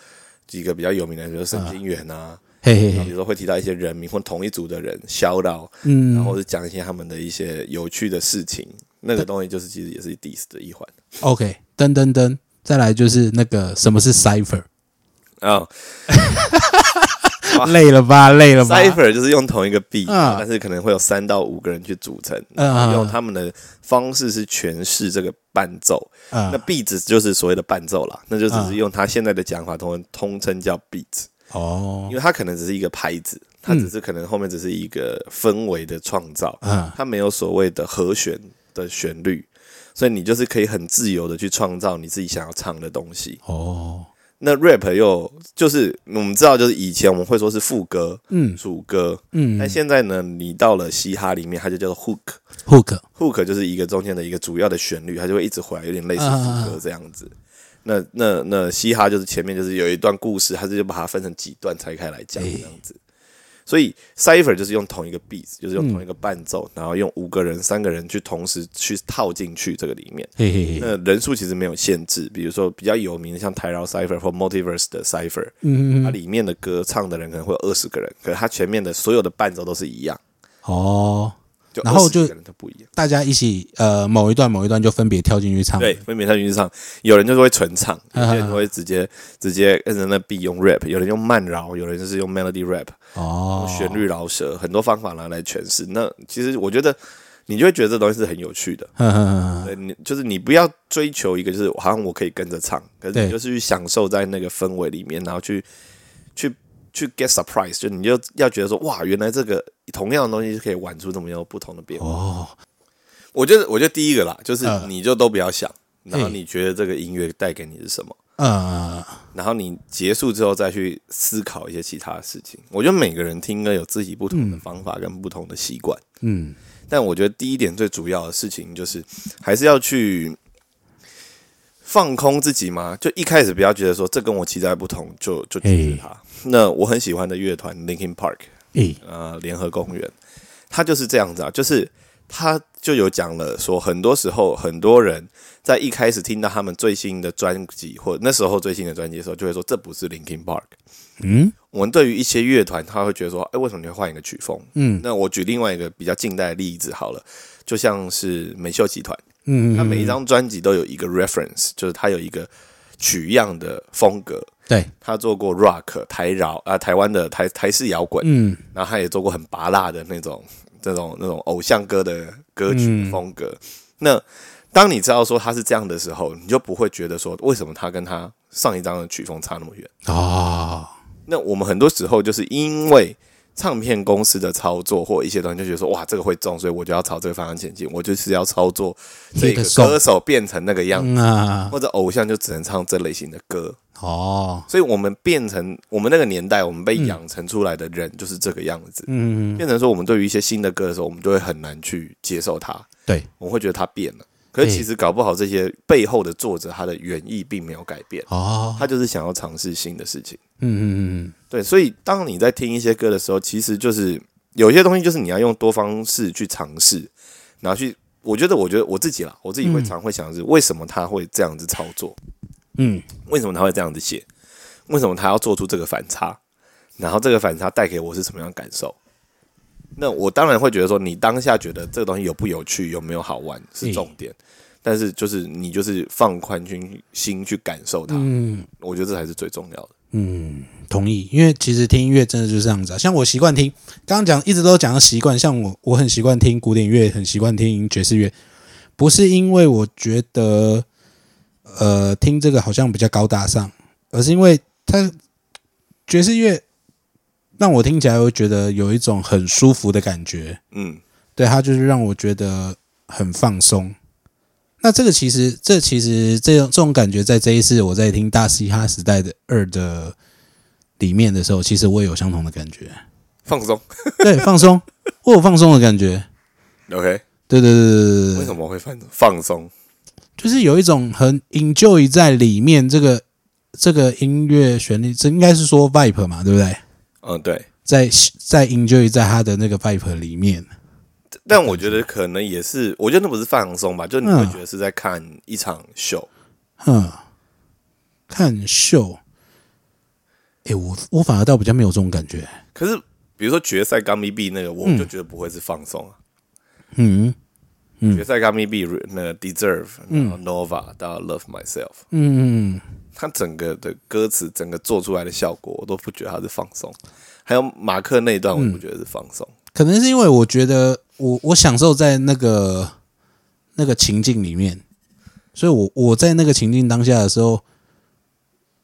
Speaker 1: 几个比较有名的人，比如说神经元啊，
Speaker 2: 嘿嘿
Speaker 1: 然后比
Speaker 2: 嘿，
Speaker 1: 如说会提到一些人名或同一组的人笑到，
Speaker 2: 嗯
Speaker 1: 然后或者讲一些他们的一些有趣的事情，那个东西就是其实也是 diss 的一环。
Speaker 2: ，OK，噔噔噔，再来就是那个什么是 cipher，
Speaker 1: 啊、哇
Speaker 2: 累了吧，累了
Speaker 1: c
Speaker 2: 吧
Speaker 1: y p h e r 就是用同一个币，
Speaker 2: 嗯
Speaker 1: 但是可能会有三到五个人去组成，
Speaker 2: 嗯嗯嗯
Speaker 1: 用他们的方式是诠释这个伴奏。
Speaker 2: 嗯
Speaker 1: 那 beat 就是所谓的伴奏啦，那就只是
Speaker 2: 嗯
Speaker 1: 用他现在的讲法通通称叫 beat，
Speaker 2: 哦
Speaker 1: 因，为它可能只是一个拍子，它只是可能后面只是一个氛围的创造，
Speaker 2: 嗯
Speaker 1: 它没有所谓的和弦的旋律。所以你就是可以很自由的去创造你自己想要唱的东西。
Speaker 2: 哦，
Speaker 1: 那 rap 又就是我们知道，就是以前我们会说是副歌、
Speaker 2: 嗯
Speaker 1: 主歌，但
Speaker 2: 嗯
Speaker 1: 现在呢，你到了嘻哈里面，它就叫做 hook。
Speaker 2: ，hook，
Speaker 1: hook 就是一个中间的一个主要的旋律，它就会一直回来，有点类似
Speaker 2: 啊
Speaker 1: 副歌这样子。那那那嘻哈就是前面就是有一段故事，它是就把它分成几段拆开来讲
Speaker 2: 哎
Speaker 1: 这样子。所以 cipher 就是用同一个 beat，就是
Speaker 2: 嗯
Speaker 1: 用同一个伴奏，然后用五个人、三个人去同时去套进去这个里面。
Speaker 2: 嘿嘿嘿，
Speaker 1: 那人数其实没有限制，比如说比较有名的像 t y r o Cipher 或 Multiverse 的 Cipher，
Speaker 2: 嗯
Speaker 1: 它
Speaker 2: 嗯嗯，
Speaker 1: 里面的歌唱的人可能会有二十个人，可是它前面的所有的伴奏都是一样，
Speaker 2: 哦，
Speaker 1: 就
Speaker 2: 然后
Speaker 1: 20
Speaker 2: 就
Speaker 1: 个人都不一样。
Speaker 2: 大家一起呃某一段某一段就分别跳进去唱，
Speaker 1: 对，分别跳进去唱，有人就是会纯 唱，有些
Speaker 2: 嗯
Speaker 1: 人会直接直接摁着那 B 用 rap，有人用慢饶，有人就是用 melody rap，
Speaker 2: 哦，
Speaker 1: 旋律饶舌，很多方法拿来诠释。那其实我觉得，你就会觉得这东西是很有趣的。
Speaker 2: 哼，哼哼哼，
Speaker 1: 对，呃你就是你不要追求一个，就是好像我可以跟着唱，可是
Speaker 2: 对
Speaker 1: 你就是去享受在那个氛围里面，然后去去去 get surprise，就你就要觉得说，哇，原来这个同样的东西是可以玩出这么多不同的变化。
Speaker 2: 哦，
Speaker 1: 我觉得，我觉得第一个啦，就是
Speaker 2: 嗯
Speaker 1: 你就都不要想，然后
Speaker 2: 嘿
Speaker 1: 你觉得这个音乐带给你是什么。
Speaker 2: 呃，
Speaker 1: 然后你结束之后再去思考一些其他的事情。我觉得每个人听歌有自己不同的方法跟不同的习惯，
Speaker 2: 嗯，
Speaker 1: 但我觉得第一点最主要的事情就是还是要去放空自己嘛。就一开始不要觉得说这跟我期待不同，就就拒绝它。那我很喜欢的乐团 Linkin Park，
Speaker 2: 诶，
Speaker 1: 呃，联合公园，它就是这样子啊，就是他就有讲了说，很多时候很多人在一开始听到他们最新的专辑或那时候最新的专辑的时候，就会说这不是 Linkin Park。
Speaker 2: 嗯
Speaker 1: 我们对于一些乐团，他会觉得说，哎、为什么你会换一个曲风？
Speaker 2: 嗯
Speaker 1: 那我举另外一个比较近代的例子好了，就像是美秀集团，
Speaker 2: 嗯，
Speaker 1: 它每一张专辑都有一个 reference，就是它有一个取样的风格。
Speaker 2: 对，
Speaker 1: 他做过 rock 台饶啊、台湾的台台式摇滚，
Speaker 2: 嗯
Speaker 1: 然后他也做过很拔辣的那种、这种、那种偶像歌的歌曲风格。
Speaker 2: 嗯
Speaker 1: 那当你知道说他是这样的时候，你就不会觉得说为什么他跟他上一张的曲风差那么远。
Speaker 2: 哦，
Speaker 1: 那我们很多时候就是因为唱片公司的操作或一些东西，就觉得说哇这个会中，所以我就要朝这个方向前进，我就是要操作这
Speaker 2: 这个
Speaker 1: 个
Speaker 2: song
Speaker 1: 歌手变成那个样子，
Speaker 2: 嗯啊，
Speaker 1: 或者偶像就只能唱这类型的歌。
Speaker 2: 哦，
Speaker 1: 所以我们变成我们那个年代，我们被养成出来的人就是这个样子，
Speaker 2: 嗯，
Speaker 1: 变成说我们对于一些新的歌的时候，我们就会很难去接受它，
Speaker 2: 对，
Speaker 1: 我们会觉得它变了。可是
Speaker 2: 对
Speaker 1: 其实搞不好这些背后的作者他的原意并没有改变，
Speaker 2: 哦，
Speaker 1: 他就是想要尝试新的事情。
Speaker 2: 嗯嗯嗯
Speaker 1: 对，所以当你在听一些歌的时候，其实就是有些东西就是你要用多方式去尝试，然后去。我觉得，我觉得我自己啦，我自己会常会想的是，为什么他会这样子操作？
Speaker 2: 嗯，
Speaker 1: 为什么他会这样子写？为什么他要做出这个反差？然后这个反差带给我是什么样的感受？那我当然会觉得说，你当下觉得这个东西有不有趣，有没有好玩是重点，但是就是你就是放宽心心去感受它，
Speaker 2: 嗯
Speaker 1: 我觉得这才是最重要的。
Speaker 2: 嗯，同意。因为其实听音乐真的就是这样子啊，像我习惯听，刚刚讲一直都讲到习惯，像我我很习惯听古典乐，很习惯听爵士乐，不是因为我觉得呃听这个好像比较高大上，而是因为它爵士乐让我听起来会觉得有一种很舒服的感觉，
Speaker 1: 嗯，
Speaker 2: 对它就是让我觉得很放松。那这个其实，这其实这种这种感觉，在这一次我在听《大嘻哈时代的二》的里面的时候，其实我也有相同的感觉，
Speaker 1: 放松。
Speaker 2: 对，放松，我有放松的感觉，
Speaker 1: OK，
Speaker 2: 对对对对对对
Speaker 1: 为
Speaker 2: 对，
Speaker 1: 什么会放放松？
Speaker 2: 就是有一种很 enjoy 在里面这个这个音乐旋律，这应该是说 vibe 嘛，对不对？
Speaker 1: 嗯，对。
Speaker 2: 在在 enjoy 在它的那个 vibe 里面，
Speaker 1: 但我觉得可能也是，我觉得那不是放松吧，就你会觉得是在看一场秀。
Speaker 2: 嗯，看秀。哎、我我反而倒比较没有这种感觉。
Speaker 1: 可是比如说决赛刚 B B 那个，我就觉得不会是放松啊。
Speaker 2: 嗯
Speaker 1: 决赛刚 maybe 那个 deserve，然后 Nova 到 Love Myself，
Speaker 2: 嗯，
Speaker 1: 他整个的歌词整个做出来的效果，我都不觉得他是放松。还有马克那一段，我也不觉得是放松。
Speaker 2: 可能是因为我觉得我我享受在那个那个情境里面，所以我我在那个情境当下的时候，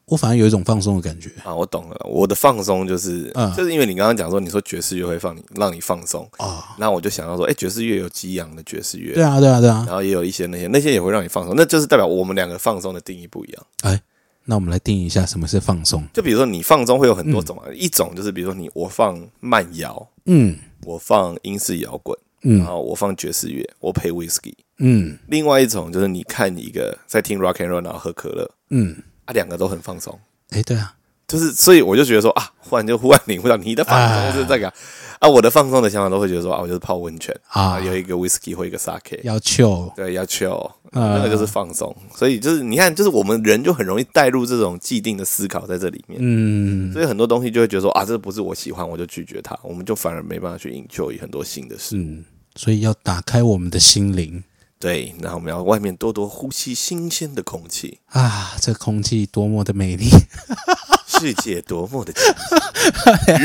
Speaker 2: 我反而有一种放松的感觉。
Speaker 1: 啊，我懂了。我的放松就是，
Speaker 2: 嗯
Speaker 1: 就是因为你刚刚讲说，你说爵士乐会放你让你放松
Speaker 2: 啊
Speaker 1: 那我就想到说，哎、爵士乐有激昂的爵士乐，
Speaker 2: 对啊，对啊，对啊
Speaker 1: 然。后也有一些那些那些也会让你放松，那就是代表我们两个放松的定义不一样。
Speaker 2: 哎，那我们来定义一下什么是放松。
Speaker 1: 就比如说你放松会有很多种啊，一种就是比如说你我放慢摇，
Speaker 2: 嗯
Speaker 1: 我放英式摇滚，然
Speaker 2: 嗯
Speaker 1: 后我放爵士乐，我配 whisky。
Speaker 2: 嗯
Speaker 1: 另外一种就是你看一个在听 rock and roll，然后喝可乐，
Speaker 2: 嗯，
Speaker 1: 啊，两个都很放松，
Speaker 2: 哎、对啊，
Speaker 1: 就是所以我就觉得说啊，忽然就忽然领悟到你的放松是这个啊我的放松的想法都会觉得说啊，我就是泡温泉
Speaker 2: 哎啊
Speaker 1: 有一个 whisky 或一个 sake，
Speaker 2: 要 chill，
Speaker 1: 对，要 chill，、那
Speaker 2: 嗯
Speaker 1: 个就是放松。所以就是你看，就是我们人就很容易带入这种既定的思考在这里面，
Speaker 2: 嗯，
Speaker 1: 所以很多东西就会觉得说啊，这不是我喜欢，我就拒绝它，我们就反而没办法去 enjoy 很多新的事。
Speaker 2: 嗯，所以要打开我们的心灵
Speaker 1: 对，那我们要外面多多呼吸新鲜的空气，
Speaker 2: 啊！这空气多么的美丽！
Speaker 1: 世界多么的清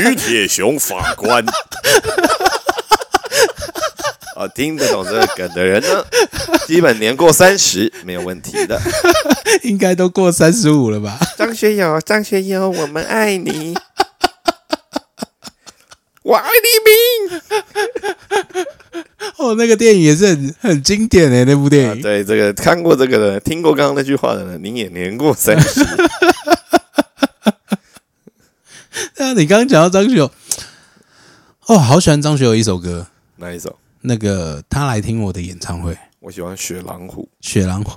Speaker 1: 晰 于铁雄法官。 啊，听得懂这个梗的人呢，基本年过三十没有问题的。
Speaker 2: 应该都过三十五了吧？
Speaker 1: 张学友，张学友，我们爱你， 我爱黎明。
Speaker 2: 哦，那个电影也是很很经典欸的那部
Speaker 1: 啊
Speaker 2: 电，影，
Speaker 1: 对，这个看过这个的，听过刚刚那句话的呢，您也年过三十，
Speaker 2: 那、啊你刚刚讲到张学友，哦，好喜欢张学友一首歌，
Speaker 1: 哪一首？
Speaker 2: 那个他来听我的演唱会，
Speaker 1: 我喜欢雪狼湖，
Speaker 2: 雪狼湖，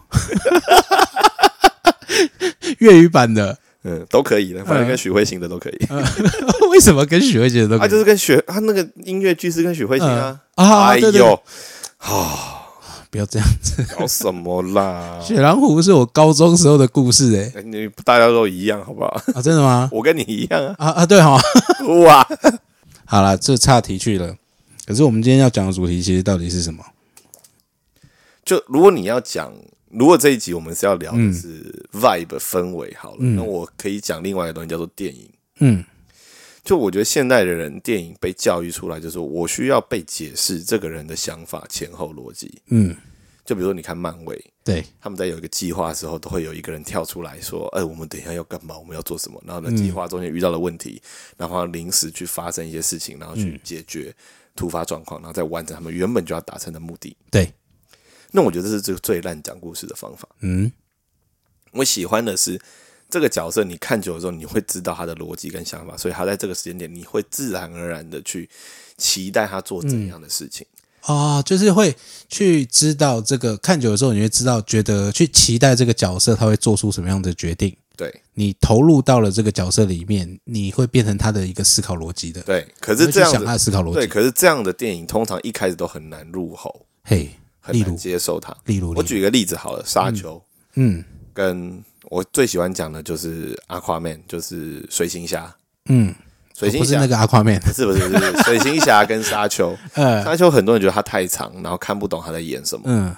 Speaker 2: 粤语版的，
Speaker 1: 嗯，都可以的，反正跟许慧欣的都可以。
Speaker 2: 嗯为什么跟许慧姐都
Speaker 1: 啊，
Speaker 2: 可以
Speaker 1: 就是跟许他那个音乐剧是跟许慧欣啊。
Speaker 2: 嗯啊
Speaker 1: 哎
Speaker 2: 对对
Speaker 1: 呦，
Speaker 2: 不要这样子？
Speaker 1: 搞什么啦？
Speaker 2: 雪狼湖是我高中时候的故事哎、
Speaker 1: 哎你大家都一样，好不好？
Speaker 2: 啊，真的吗？
Speaker 1: 我跟你一样啊！
Speaker 2: 啊啊，对哈，
Speaker 1: 哇，
Speaker 2: 好了，这岔题去了。可是我们今天要讲的主题其实到底是什么？
Speaker 1: 就如果你要讲，如果这一集我们是要聊的是 vibe 氛围好了，那我可以讲另外一个东西叫做电影。
Speaker 2: 嗯
Speaker 1: 就我觉得现代的人，电影被教育出来，就是我需要被解释这个人的想法前后逻辑。
Speaker 2: 嗯，
Speaker 1: 就比如说，你看漫威，
Speaker 2: 对，
Speaker 1: 他们在有一个计划的时候，都会有一个人跳出来说：“哎、我们等一下要干嘛？我们要做什么？”然后呢，计划中间遇到的问题，
Speaker 2: 嗯
Speaker 1: 然后临时去发生一些事情，然后去解决突发状况，然后再完成他们原本就要达成的目的。
Speaker 2: 对，
Speaker 1: 那我觉得这是最最烂讲故事的方法。
Speaker 2: 嗯
Speaker 1: 我喜欢的是这个角色，你看久了之后，你会知道他的逻辑跟想法，所以他在这个时间点，你会自然而然的去期待他做怎样的事情。
Speaker 2: 哦，就是会去知道这个，看久的时候你会知道，觉得去期待这个角色他会做出什么样的决定。
Speaker 1: 对
Speaker 2: 你投入到了这个角色里面，你会变成他的一个思考逻辑的，
Speaker 1: 对，可
Speaker 2: 你
Speaker 1: 是这
Speaker 2: 会去
Speaker 1: 样
Speaker 2: 想
Speaker 1: 子，
Speaker 2: 他的思考逻
Speaker 1: 对，
Speaker 2: 辑。
Speaker 1: 可是这样的电影通常一开始都很难入口，
Speaker 2: 嘿，
Speaker 1: 很
Speaker 2: 例
Speaker 1: 难
Speaker 2: 如，
Speaker 1: 接受它。
Speaker 2: 例如，
Speaker 1: 我
Speaker 2: 例
Speaker 1: 举个例子
Speaker 2: 嗯
Speaker 1: 好了，沙丘
Speaker 2: 如嗯
Speaker 1: 跟我最喜欢讲的就是阿夸 man，就是水行侠。
Speaker 2: 嗯，
Speaker 1: 水行
Speaker 2: 不是那
Speaker 1: 侠
Speaker 2: 个阿夸面，
Speaker 1: 不是不是不是水行侠跟沙 丘，
Speaker 2: 呃，
Speaker 1: 沙丘很多人觉得它太长，然后看不懂他在演什么。
Speaker 2: 嗯，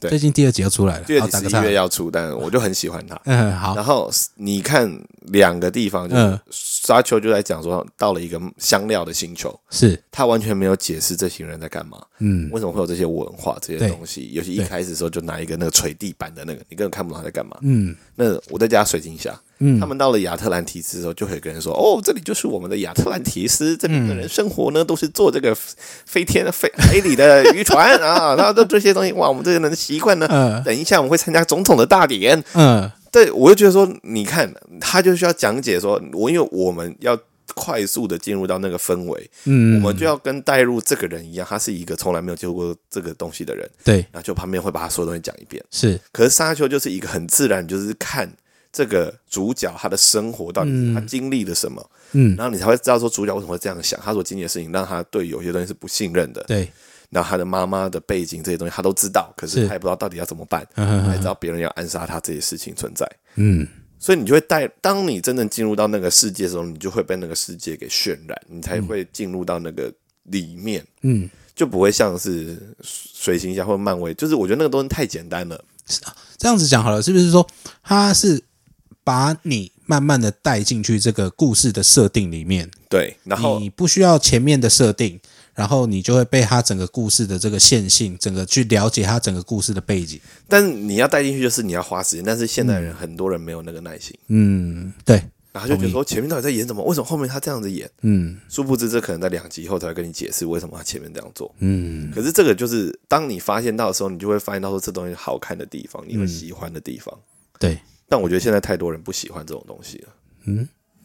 Speaker 1: 对
Speaker 2: 最近第二集要出来了，
Speaker 1: 第二
Speaker 2: 好
Speaker 1: 集
Speaker 2: 打
Speaker 1: 十
Speaker 2: 个
Speaker 1: 一
Speaker 2: 岔
Speaker 1: 月。要出，但我就很喜欢它。
Speaker 2: 嗯，好，
Speaker 1: 然后你看两个地方，就是
Speaker 2: 嗯，
Speaker 1: 沙丘就在讲说到了一个香料的星球，
Speaker 2: 是，
Speaker 1: 他完全没有解释这群人在干嘛，
Speaker 2: 嗯，
Speaker 1: 为什么会有这些文化这些
Speaker 2: 对
Speaker 1: 东西。尤其一开始的时候就拿一个那个锤地板的那个，你根本看不懂他在干嘛。
Speaker 2: 嗯
Speaker 1: 那我再加水晶侠，
Speaker 2: 嗯
Speaker 1: 他们到了亚特兰提斯的时候，就会有个人说：“哦，这里就是我们的亚特兰提斯，这
Speaker 2: 嗯
Speaker 1: 里的人生活呢都是坐这个飞天飞 海里的渔船啊，然后这这些东西，哇，我们这些人的习惯呢。”
Speaker 2: 呃
Speaker 1: 等一下，我们会参加总统的大典，
Speaker 2: 嗯
Speaker 1: 对，我就觉得说，你看，他就需要讲解说，我因为我们要快速的进入到那个氛围，我
Speaker 2: 嗯，
Speaker 1: 们就要跟带入这个人一样，他是一个从来没有接触过这个东西的人，
Speaker 2: 对，
Speaker 1: 然后就旁边会把他所有东西讲一遍。
Speaker 2: 是，
Speaker 1: 可是沙丘就是一个很自然，就是看这个主角他的生活到底是他经历了什么，
Speaker 2: 嗯，
Speaker 1: 然后你才会知道说主角为什么会这样想，他所经历的事情让他对有些东西是不信任的，
Speaker 2: 对，
Speaker 1: 然后他的妈妈的背景这些东西他都知道，可是
Speaker 2: 是
Speaker 1: 他也不知道到底要怎么办，
Speaker 2: 嗯哼
Speaker 1: 还
Speaker 2: 哼
Speaker 1: 知道别人要暗杀他这些事情存在。
Speaker 2: 嗯
Speaker 1: 所以你就会带，当你真正进入到那个世界的时候，你就会被那个世界给渲染，你才会进入到那个里面，
Speaker 2: 嗯，
Speaker 1: 就不会像是水行侠或漫威，就是我觉得那个东西太简单了。
Speaker 2: 这样子讲好了，是不是说他是把你慢慢的带进去这个故事的设定里面，
Speaker 1: 对，然后
Speaker 2: 你不需要前面的设定，然后你就会被他整个故事的这个线性，整个去了解他整个故事的背景。
Speaker 1: 但是你要带进去就是你要花时间，但是现代人很多人没有那个耐心，
Speaker 2: 嗯，对，
Speaker 1: 然后就觉得说前面到底在演什么？为什么后面他这样子演？
Speaker 2: 嗯
Speaker 1: 殊不知这可能在两集以后才会跟你解释为什么他前面这样做。
Speaker 2: 嗯
Speaker 1: 可是这个就是当你发现到的时候，你就会发现到说这东西好看的地方，
Speaker 2: 嗯
Speaker 1: 你会喜欢的地方。
Speaker 2: 对，
Speaker 1: 但我觉得现在太多人不喜欢这种东西了。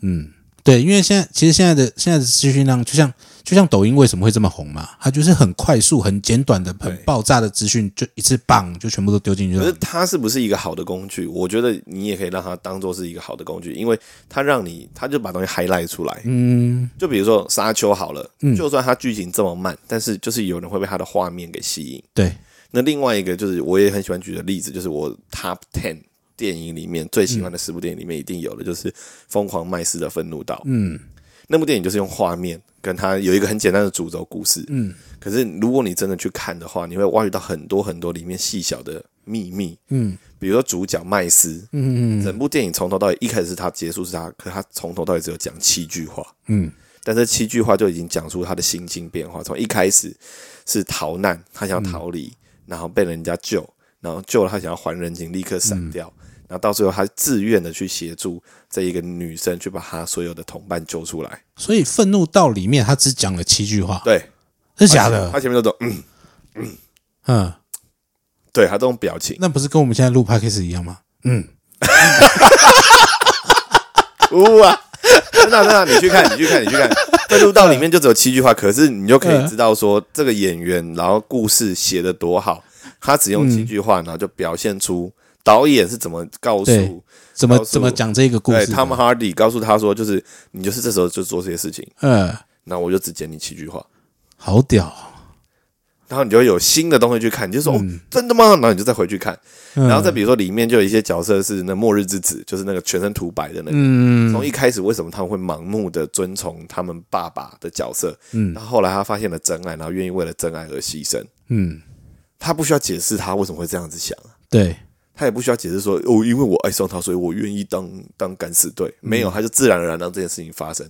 Speaker 2: 嗯，对，因为现在其实现在的现在的资讯量，就像就像抖音为什么会这么红嘛，它就是很快速、很简短的、很
Speaker 1: 对
Speaker 2: 爆炸的资讯，就一次棒就全部都丢进去
Speaker 1: 可是
Speaker 2: 了。
Speaker 1: 它是不是一个好的工具？我觉得你也可以让它当做是一个好的工具，因为它让你，它就把东西 highlight 出来。
Speaker 2: 嗯，
Speaker 1: 就比如说《沙丘》好了，就算它剧情这么慢，但是就是有人会被它的画面给吸引。
Speaker 2: 对，
Speaker 1: 那另外一个就是，我也很喜欢举的例子，就是我 Top Ten 电影里面最喜欢的十部电影里面一定有的，就是《疯狂麦斯的愤怒岛》。
Speaker 2: 嗯，
Speaker 1: 那部电影就是用画面跟它有一个很简单的主轴故事。嗯，可是如果你真的去看的话，你会挖掘到很多很多里面细小的秘密。嗯，比如说主角麦斯，嗯嗯，整部电影从头到尾一开始是他，结束是他，可他从头到尾只有讲七句话。
Speaker 2: 嗯，
Speaker 1: 但这七句话就已经讲出他的心境变化。从一开始是逃难，他
Speaker 2: 嗯
Speaker 1: 想要逃离，然后被人家救，然后救了他想要还人情，立刻闪掉。
Speaker 2: 嗯
Speaker 1: 然后到最后，他自愿的去协助这一个女生去把她所有的同伴救出来。
Speaker 2: 所以愤怒到里面，他只讲了七句话，
Speaker 1: 对，
Speaker 2: 是假
Speaker 1: 他
Speaker 2: 的。
Speaker 1: 前面都走，嗯，
Speaker 2: 嗯，
Speaker 1: 对他这种表情，
Speaker 2: 那不是跟我们现在录 podcast 一样吗？嗯，
Speaker 1: 呜啊，真的真的，你去看，你去看，你去看，这录到里面就只有七句话，可是你就可
Speaker 2: 嗯
Speaker 1: 以知道说这个演员，然后故事写的多好，他只用
Speaker 2: 嗯
Speaker 1: 七句话，然后就表现出导演是怎么告
Speaker 2: 对
Speaker 1: 诉，
Speaker 2: 怎么
Speaker 1: 告诉
Speaker 2: 怎么讲这个故
Speaker 1: 对
Speaker 2: 事的？
Speaker 1: 他们 Hardy 告诉他说，就是你就是这时候就做这些事情，
Speaker 2: 嗯，
Speaker 1: 那我就只剪你七句话。
Speaker 2: 好屌哦，
Speaker 1: 然后你就会有新的东西去看，你就说、哦，真的吗？然后你就再回去看，
Speaker 2: 嗯
Speaker 1: 然后再比如说里面就有一些角色是那末日之子，就是那个全身涂白的那个，
Speaker 2: 嗯
Speaker 1: 从一开始为什么他们会盲目的遵从他们爸爸的角色，
Speaker 2: 嗯
Speaker 1: 然后后来他发现了真爱，然后愿意为了真爱而牺牲。
Speaker 2: 嗯，
Speaker 1: 他不需要解释他为什么会这样子想啊，
Speaker 2: 对，
Speaker 1: 他也不需要解释说哦，因为我爱上他，所以我愿意当当敢死队。
Speaker 2: 嗯
Speaker 1: 没有，他就自然而然让这件事情发生。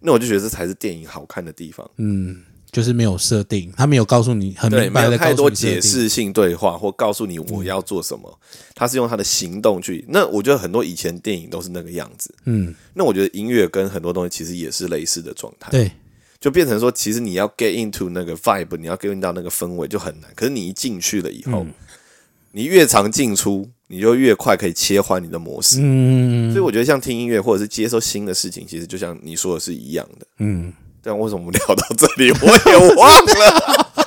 Speaker 1: 那我就觉得这才是电影好看的地方。
Speaker 2: 嗯，就是没有设定，他没有告诉你很
Speaker 1: 对，
Speaker 2: 明
Speaker 1: 没
Speaker 2: 白
Speaker 1: 有
Speaker 2: 的
Speaker 1: 太
Speaker 2: 告
Speaker 1: 多
Speaker 2: 诉你设定
Speaker 1: 解，释性对话或告诉你我要做什么，
Speaker 2: 嗯
Speaker 1: 他是用他的行动去。那我觉得很多以前电影都是那个样子。
Speaker 2: 嗯，
Speaker 1: 那我觉得音乐跟很多东西其实也是类似的状态。
Speaker 2: 对，
Speaker 1: 就变成说，其实你要 get into 那个 vibe，你要 get into 到那个氛围就很难。可是你一进去了以后，
Speaker 2: 嗯
Speaker 1: 你越常进出，你就越快可以切换你的模式。
Speaker 2: 嗯
Speaker 1: 所以我觉得，像听音乐或者是接受新的事情，其实就像你说的是一样的。
Speaker 2: 嗯，
Speaker 1: 但为什么我们聊到这里，我也忘了，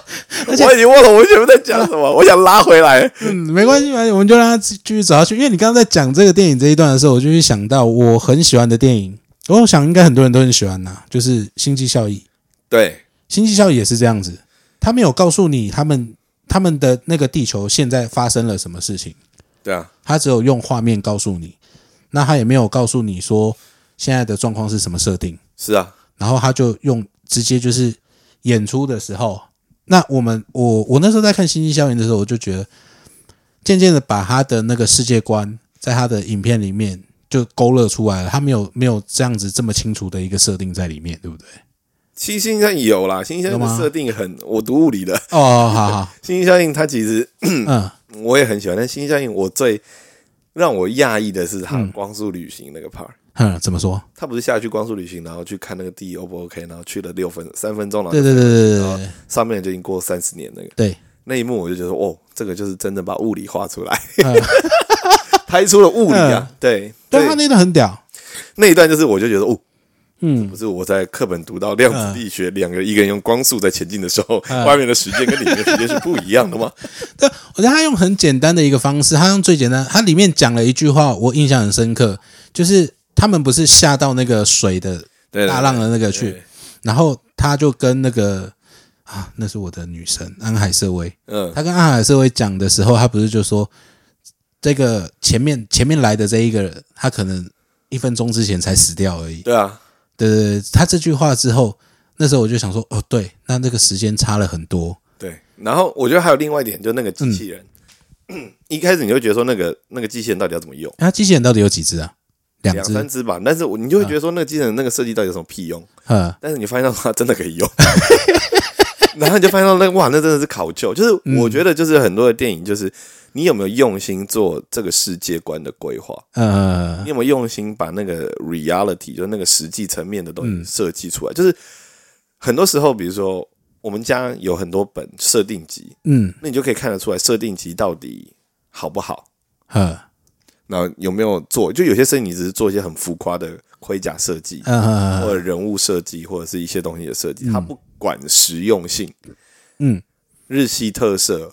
Speaker 1: 我已经忘了我们前面在讲什么。我想拉回来，
Speaker 2: 嗯，没关系，没关系，我们就让他继继续走下去。因为你刚刚在讲这个电影这一段的时候，我就去想到我很喜欢的电影，我想应该很多人都很喜欢呐、就是《星际效益》。《
Speaker 1: 对
Speaker 2: 星际效益》也是这样子，他没有告诉你他们他们的那个地球现在发生了什么事情，
Speaker 1: 对啊，
Speaker 2: 他只有用画面告诉你，那他也没有告诉你说现在的状况是什么设定。
Speaker 1: 是啊，
Speaker 2: 然后他就用直接就是演出的时候，那我们我我那时候在看《星际效应》的时候，我就觉得渐渐的把他的那个世界观在他的影片里面就勾勒出来了，他没有没有这样子这么清楚的一个设定在里面，对不对？
Speaker 1: 新星象有啦，新星象
Speaker 2: 有吗
Speaker 1: 的设定很，我读物理的
Speaker 2: 哦，好好，
Speaker 1: 新星效应，它其实
Speaker 2: 嗯，
Speaker 1: 我也很喜欢，但《星际效应》我最让我讶异的是它光速旅行那个 part，、
Speaker 2: 哼，怎么说？
Speaker 1: 他不是下去光速旅行，然后去看那个地 O 不 OK，然后去了六分三分钟，然后
Speaker 2: 对对对对对对
Speaker 1: 上面就已经过三十年那个
Speaker 2: 对，
Speaker 1: 那一幕，我就觉得哦，这个就是真的把物理画出来， 拍出了物理啊，对，
Speaker 2: 嗯但他
Speaker 1: 那
Speaker 2: 那段很屌，
Speaker 1: 那一段就是我就觉得哦。
Speaker 2: 嗯
Speaker 1: 不是我在课本读到量子力学，两个一个人用光速在前进的时候，
Speaker 2: 嗯
Speaker 1: 外面的时间跟里面的时间是不一样的 吗？
Speaker 2: 对，我觉得他用很简单的一个方式，他用最简单，他里面讲了一句话，我印象很深刻，就是他们不是下到那个水的
Speaker 1: 对
Speaker 2: 大浪的那个去，
Speaker 1: 对
Speaker 2: 然后他就跟那个啊，那是我的女神安海瑟薇，
Speaker 1: 嗯，
Speaker 2: 他跟安海瑟薇讲的时候，他不是就说这个前面前面来的这一个人，他可能一分钟之前才死掉而已。
Speaker 1: 对啊，
Speaker 2: 对对对，他这句话之后，那时候我就想说，哦，对，那那个时间差了很多。
Speaker 1: 对，然后我觉得还有另外一点，就那个机器人，
Speaker 2: 嗯
Speaker 1: 一开始你会觉得说那个那个机器人到底要怎么用，
Speaker 2: 那、啊、机器人到底有几只啊？两
Speaker 1: 两
Speaker 2: 只嗯
Speaker 1: 三，只吧，但是我你就会觉得说那个机器人那个设计到底有什么屁用？
Speaker 2: 呃，
Speaker 1: 但是你发现到它真的可以用， 然后你就发现到那个哇，那真的是考究。就是我觉得就是很多的电影，就是你有没有用心做这个世界观的规划，
Speaker 2: 呃
Speaker 1: 你，有没有用心把那个 reality 就是那个实际层面的东西设计出来？就是很多时候，比如说我们家有很多本设定集，
Speaker 2: 嗯，
Speaker 1: 那你就可以看得出来设定集到底好不好。
Speaker 2: 呃，
Speaker 1: 那有没有做？就有些事情你只是做一些很浮夸的盔甲设计，
Speaker 2: 嗯嗯
Speaker 1: 或
Speaker 2: 嗯
Speaker 1: 者人物设计，或者是一些东西的设计，它不管实用性。
Speaker 2: 嗯，
Speaker 1: 日系特色，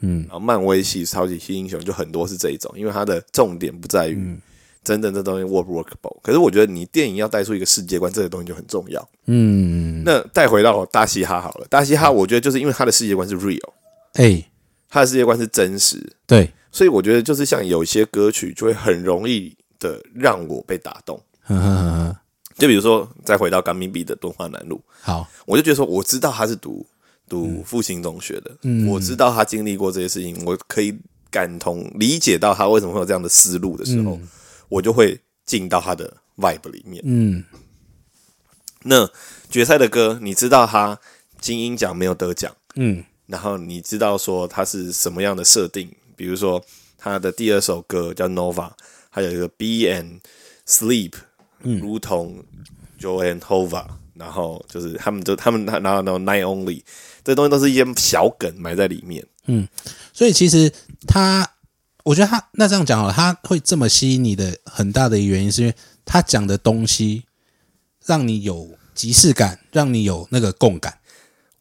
Speaker 2: 嗯，
Speaker 1: 然后漫威系、超级系英雄就很多是这一种，因为它的重点不在
Speaker 2: 嗯
Speaker 1: 于真正这东西 work workable。可是我觉得你电影要带出一个世界观，这个东西就很重要。
Speaker 2: 嗯，
Speaker 1: 那带回到大嘻哈好了，大嘻哈我觉得就是因为它的世界观是 real，
Speaker 2: 哎、
Speaker 1: 它的世界观是真实，
Speaker 2: 对，
Speaker 1: 所以我觉得就是像有一些歌曲就会很容易的让我被打 动。
Speaker 2: 呵呵呵呵，
Speaker 1: 就比如说，再回到甘米比的敦化南路，
Speaker 2: 好，
Speaker 1: 我就觉得说，我知道他是读读复兴中学的，我知道他经历过这些事情，我可以感同理解到他为什么会有这样的思路的时候，我就会进到他的 vibe 里面。
Speaker 2: 嗯
Speaker 1: 那决赛的歌，你知道他金鹰奖没有得奖，
Speaker 2: 嗯
Speaker 1: 然后你知道说它是什么样的设定，比如说它的第二首歌叫 Nova，还有一个 B and Sleep，如同 Joe and Hova，然后就是他们就他们然后然后 Nine Only，这东西都是一些小梗埋在里面。
Speaker 2: 嗯，所以其实他，我觉得他那这样讲好了，他会这么吸引你的很大的一个原因，是因为他讲的东西让你有即视感，让你有那个共感，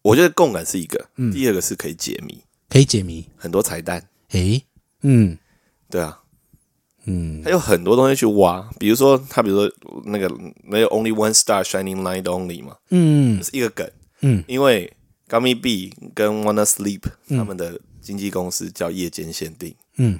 Speaker 1: 我觉得共感是一个，第二个是可以解谜，
Speaker 2: 可以解谜。
Speaker 1: 很多彩蛋，
Speaker 2: 诶、嗯
Speaker 1: 对啊，
Speaker 2: 嗯
Speaker 1: 它有很多东西去挖，比如说它比如说那个那个 Only One Star Shining Light Only 嘛，
Speaker 2: 嗯
Speaker 1: 这是一个梗。
Speaker 2: 嗯，
Speaker 1: 因为 Gummy B 跟 Wanna Sleep 他们的经纪公司叫夜间限定
Speaker 2: 嗯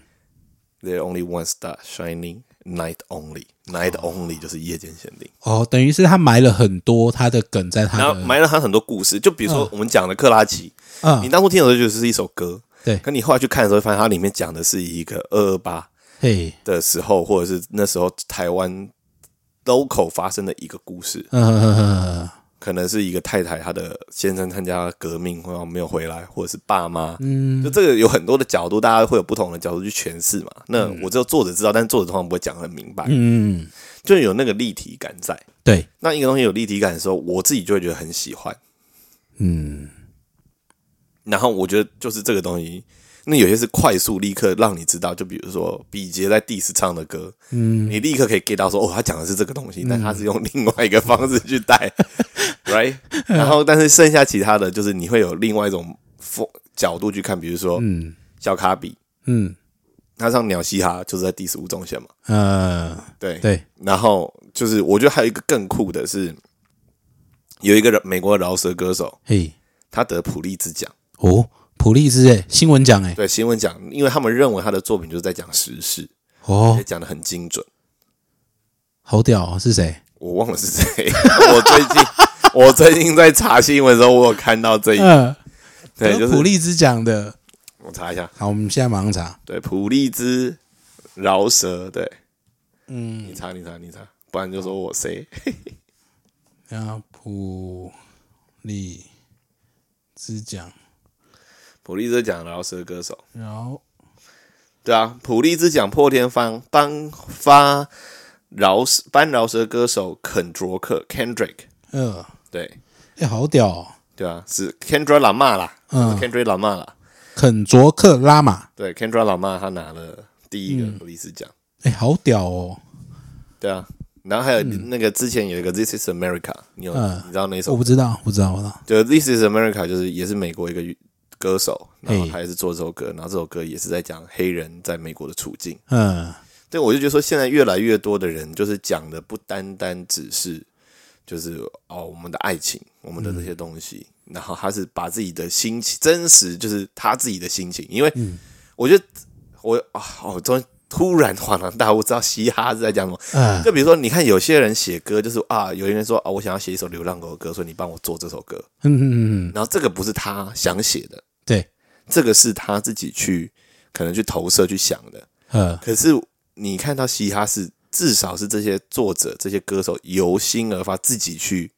Speaker 1: ，There Only One Star Shining Night Only Night Only 就是夜间限定。
Speaker 2: 哦，等于是他埋了很多他的梗在他
Speaker 1: 然后
Speaker 2: 的，
Speaker 1: 埋了他很多故事，就比如说我们讲的克拉奇，你
Speaker 2: 嗯，
Speaker 1: 当初听的时候就是一首歌，
Speaker 2: 对，
Speaker 1: 可你后来去看的时候，发现它里面讲的是一个二二八
Speaker 2: 嘿，
Speaker 1: 的时候，或者是那时候台湾 local 发生的一个故事。
Speaker 2: 嗯嗯嗯
Speaker 1: 可能是一个太太，她的先生参加革命，然后没有回来，或者是爸妈，嗯，就这个有很多的角度，大家会有不同的角度去诠释嘛。那我只有作者知道，但是作者通常不会讲得很明白，
Speaker 2: 嗯嗯，
Speaker 1: 就有那个立体感在。
Speaker 2: 对，
Speaker 1: 那一个东西有立体感的时候，我自己就会觉得很喜欢。
Speaker 2: 嗯
Speaker 1: 然后我觉得就是这个东西，那有些是快速立刻让你知道，就比如说比杰在 diss 唱的歌，嗯，你立刻可以 get 到说哦，他讲的是这个东西，但他是用另外一个方式去带 ，right？然后但是剩下其他的就是你会有另外一种风角度去看，比如说
Speaker 2: 嗯
Speaker 1: 小卡比
Speaker 2: 嗯
Speaker 1: 他唱鸟嘻哈就是在 diss 吴宗宪嘛，
Speaker 2: 呃，
Speaker 1: 对。
Speaker 2: 对，
Speaker 1: 然后就是我觉得还有一个更酷的是，有一个人美国的饶舌歌手，
Speaker 2: 嘿，
Speaker 1: 他得普利兹奖。
Speaker 2: 哦，普利兹诶，新闻奖诶，
Speaker 1: 对新闻奖，因为他们认为他的作品就是在讲时事，
Speaker 2: 哦
Speaker 1: 也，讲的很精准。
Speaker 2: 好屌、哦，是谁？
Speaker 1: 我忘了是谁， 我最近我最近在查新闻的时候，我有看到这一
Speaker 2: 嗯、
Speaker 1: 对，就是
Speaker 2: 普利兹奖的。
Speaker 1: 我查一下，
Speaker 2: 好，我们现在马上查。
Speaker 1: 对，普利兹饶舌，对，嗯，你查你查你查，不然就说我谁，
Speaker 2: 啊，普利兹奖，
Speaker 1: 普利兹奖饶舌歌手，
Speaker 2: 然后
Speaker 1: 对啊，普利兹奖破天荒颁发饶舌颁饶舌歌手肯卓克 Kendrick，
Speaker 2: 呃，
Speaker 1: 对
Speaker 2: 哎、好屌、哦，
Speaker 1: 对啊，是 Kendra Lamar 啦，
Speaker 2: 嗯
Speaker 1: 是 Kendra Lamar 啦。
Speaker 2: 肯卓克拉玛，
Speaker 1: 对，Kendra Lamar 她拿了第一个普利斯奖，
Speaker 2: 哎、好屌哦！
Speaker 1: 对啊。然后还有那个之前有一个 This is America，你有、
Speaker 2: 嗯
Speaker 1: 你知道那
Speaker 2: 我
Speaker 1: 首？
Speaker 2: 不知道，我知道，我知道。
Speaker 1: 就 This is America 就是也是美国一个歌手，然后
Speaker 2: 嘿
Speaker 1: 他也是做这首歌，然后这首歌也是在讲黑人在美国的处境。
Speaker 2: 嗯
Speaker 1: 对，我就觉得说现在越来越多的人就是讲的不单单只是就是哦我们的爱情，我们的
Speaker 2: 嗯
Speaker 1: 这些东西，然后他是把自己的心情真实就是他自己的心情，因为
Speaker 2: 嗯
Speaker 1: 我觉得我啊我终于突然恍然大悟，知道嘻哈是在讲什么。
Speaker 2: 嗯
Speaker 1: 就比如说，你看有些人写歌，就是啊，有些人说啊，我想要写一首流浪狗的歌，所以你帮我做这首歌。
Speaker 2: 嗯嗯嗯，
Speaker 1: 然后这个不是他想写的，
Speaker 2: 对，
Speaker 1: 这个是他自己去可能去投射去想的。
Speaker 2: 呃，
Speaker 1: 可是你看到嘻哈是至少是这些作者、这些歌手由心而发自己去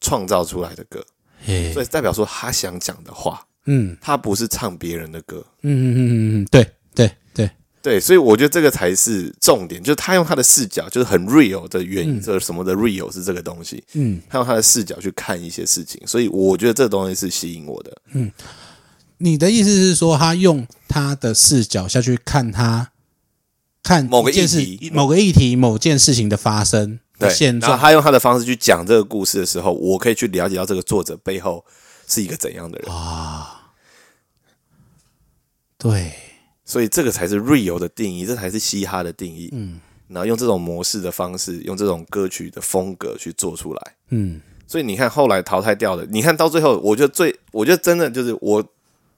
Speaker 1: 创造出来的歌，
Speaker 2: 嘿，
Speaker 1: 所以代表说他想讲的话，
Speaker 2: 嗯
Speaker 1: 他不是唱别人的歌。
Speaker 2: 嗯嗯嗯嗯，对对对，
Speaker 1: 对，所以我觉得这个才是重点，就是他用他的视角，就是很 real 的原因，这、什么的 real 是这个东西，
Speaker 2: 嗯，
Speaker 1: 他用他的视角去看一些事情，所以我觉得这东西是吸引我的。
Speaker 2: 你的意思是说，他用他的视角下去看他看
Speaker 1: 某个
Speaker 2: 一件事
Speaker 1: 议题
Speaker 2: 某个议题、某件事情的发生的
Speaker 1: 对，
Speaker 2: 现
Speaker 1: 然后
Speaker 2: 状。
Speaker 1: 他用他的方式去讲这个故事的时候，我可以去了解到这个作者背后是一个怎样的人，
Speaker 2: 对，
Speaker 1: 所以这个才是 real 的定义，这才是嘻哈的定义。嗯，然后用这种模式的方式，用这种歌曲的风格去做出来。
Speaker 2: 嗯，
Speaker 1: 所以你看后来淘汰掉的，你看到最后，我觉得最，我觉得真的就是我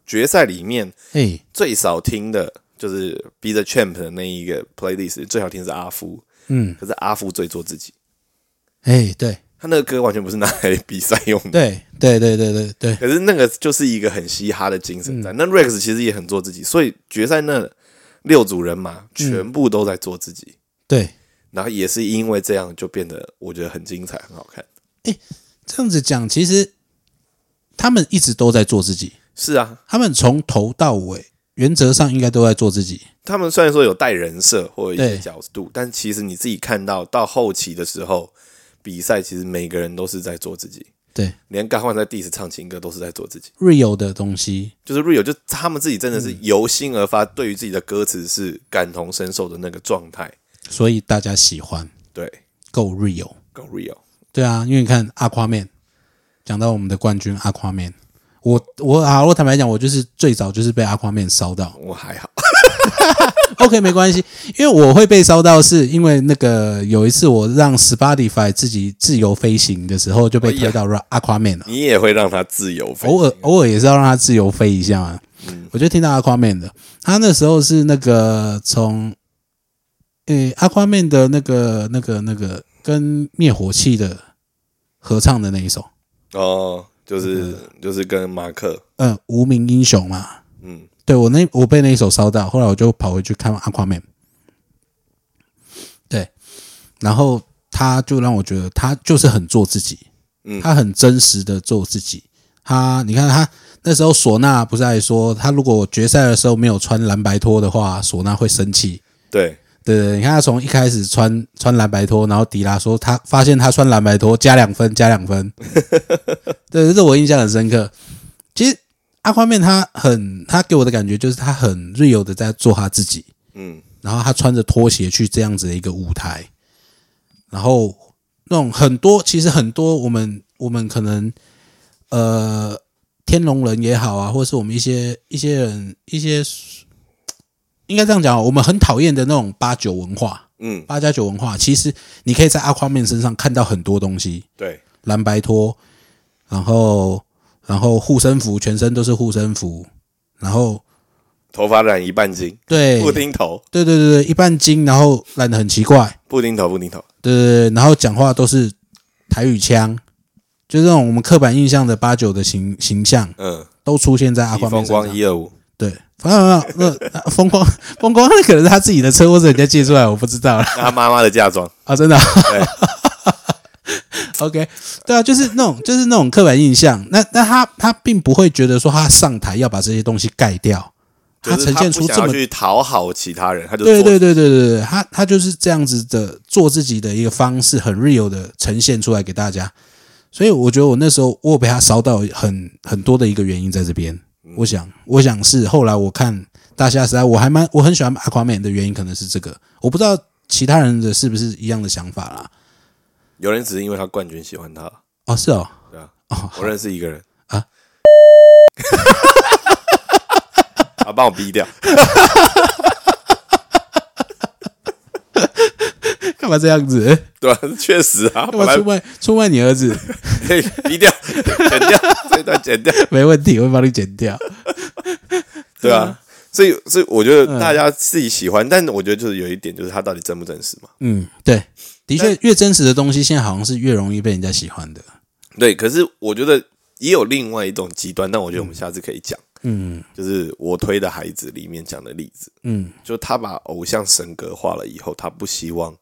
Speaker 1: 决赛里面
Speaker 2: 哎，
Speaker 1: 最少听的就是《Be the Champ》的那一个 playlist，最好听是阿夫，
Speaker 2: 嗯，
Speaker 1: 可是阿夫最做自己，
Speaker 2: 哎，对，
Speaker 1: 他那个歌完全不是拿来比赛用的。
Speaker 2: 对，对，对，对，对，对，
Speaker 1: 可是那个就是一个很嘻哈的精神在。那 Rex 其实也很做自己，所以决赛那六组人马全部都在做自己，
Speaker 2: 对。
Speaker 1: 然后也是因为这样就变得我觉得很精彩，很好看。
Speaker 2: 这样子讲，其实他们一直都在做自己，
Speaker 1: 是啊，
Speaker 2: 他们从头到尾原则上应该都在做自己。
Speaker 1: 他们虽然说有带人设或者一些
Speaker 2: 对
Speaker 1: 角度，但其实你自己看到到后期的时候，比赛其实每个人都是在做自己，
Speaker 2: 对
Speaker 1: 连干换在 diss 唱情歌都是在做自己。
Speaker 2: ，real 的东西，
Speaker 1: 就是 real，就他们自己真的
Speaker 2: 嗯
Speaker 1: 是由心而发，对于自己的歌词是感同身受的那个状态。
Speaker 2: 所以大家喜欢
Speaker 1: 对，
Speaker 2: 够 real。
Speaker 1: 够 real。
Speaker 2: 对啊，因为你看阿夸面，讲到我们的冠军阿夸面，我我好，我坦白讲，我就是最早就是被阿夸面烧到。
Speaker 1: 我还好，
Speaker 2: OK，没关系，因为我会被烧到，是因为那个有一次我让 Spotify 自己自由飞行的时候就被推到阿夸面了。
Speaker 1: 你也会让他自由飞行
Speaker 2: 偶尔偶尔也是要让它自由飞一下嘛。我就听到 Aquaman 的，他那时候是那个从，诶、Aquaman 的那个那个那个跟灭火器的合唱的那一首，
Speaker 1: 哦，就是就是跟马克，
Speaker 2: 嗯，无名英雄嘛，
Speaker 1: 嗯，
Speaker 2: 对我那我被那一首烧到，后来我就跑回去看 Aquaman，对，然后他就让我觉得他就是很做自己，
Speaker 1: 嗯
Speaker 2: 他很真实的做自己。他你看他那时候唢呐不是还说他如果决赛的时候没有穿蓝白拖的话，唢呐会生气。
Speaker 1: 对，
Speaker 2: 对对，对你看他从一开始穿穿蓝白拖，然后迪拉说他发现他穿蓝白拖加两分加两分，对，这我印象很深刻。其实阿宽面他很，他给我的感觉就是他很 real 的在做他自己，
Speaker 1: 嗯，
Speaker 2: 然后他穿着拖鞋去这样子的一个舞台，然后那种很多其实很多我们我们可能呃天龙人也好啊，或是我们一些一些人一些应该这样讲哦，我们很讨厌的那种八九文化，
Speaker 1: 嗯，
Speaker 2: 八加九文化，其实你可以在阿夸面身上看到很多东西，
Speaker 1: 对，
Speaker 2: 蓝白拖，然后然后护身符，全身都是护身符，然后
Speaker 1: 头发染一半金，
Speaker 2: 对
Speaker 1: 布丁头，
Speaker 2: 对对对对，一半金，然后染的很奇怪，
Speaker 1: 布丁头，布丁头，
Speaker 2: 对对对，然后讲话都是台语腔，就是那种我们刻板印象的八九的形形象
Speaker 1: 嗯，
Speaker 2: 都出现在阿
Speaker 1: 比
Speaker 2: 夸面
Speaker 1: 风
Speaker 2: 身上
Speaker 1: 光。一二五，
Speaker 2: 对，反正没有那风光风光，那可能是他自己的车或者人家借出来，我不知道啦。
Speaker 1: 那他妈妈的嫁 妆，
Speaker 2: 啊，真的、OK，对啊，就是那种就是那种刻板印象。那那他他并不会觉得说他上台要把这些东西盖掉，
Speaker 1: 就
Speaker 2: 呈
Speaker 1: 是
Speaker 2: 现
Speaker 1: 不
Speaker 2: 出
Speaker 1: 想
Speaker 2: 这
Speaker 1: 要
Speaker 2: 么
Speaker 1: 去讨好其他人，他就
Speaker 2: 对
Speaker 1: 做
Speaker 2: 对对对对对，他他就是这样子的做自己的一个方式，很 real 的呈现出来给大家。所以我觉得我那时候我有被他烧到很很多的一个原因在这边。
Speaker 1: 嗯
Speaker 2: 我想我想是后来我看大虾时代，我还蛮我很喜欢 Aquaman 的原因可能是这个，我不知道其他人的是不是一样的想法啦。
Speaker 1: 有人只是因为他冠军喜欢他，
Speaker 2: 哦，是哦，
Speaker 1: 对啊，
Speaker 2: 哦，
Speaker 1: 我认识一个人
Speaker 2: 啊，
Speaker 1: 他啊帮我逼掉，
Speaker 2: 干嘛这样子？
Speaker 1: 对吧？ 确实啊，
Speaker 2: 干
Speaker 1: 本
Speaker 2: 嘛
Speaker 1: 来
Speaker 2: 出卖出卖你儿 子？
Speaker 1: 可以逼掉， 剪掉这一段，剪掉。
Speaker 2: 没问题，我会帮你剪掉。
Speaker 1: 对
Speaker 2: 嗯
Speaker 1: 啊，所以所以我觉得大家自己喜欢，但我觉得就是有一点，就是它到底真不真实嘛？
Speaker 2: 嗯，对，的确，越真实的东西，现在好像是越容易被人家喜欢的。
Speaker 1: 对，可是我觉得也有另外一种极端，但我觉得我们下次可以讲，
Speaker 2: 嗯
Speaker 1: 就是我推的孩子里面讲的例子，
Speaker 2: 嗯，
Speaker 1: 就他把偶像神格化了以后，他不希望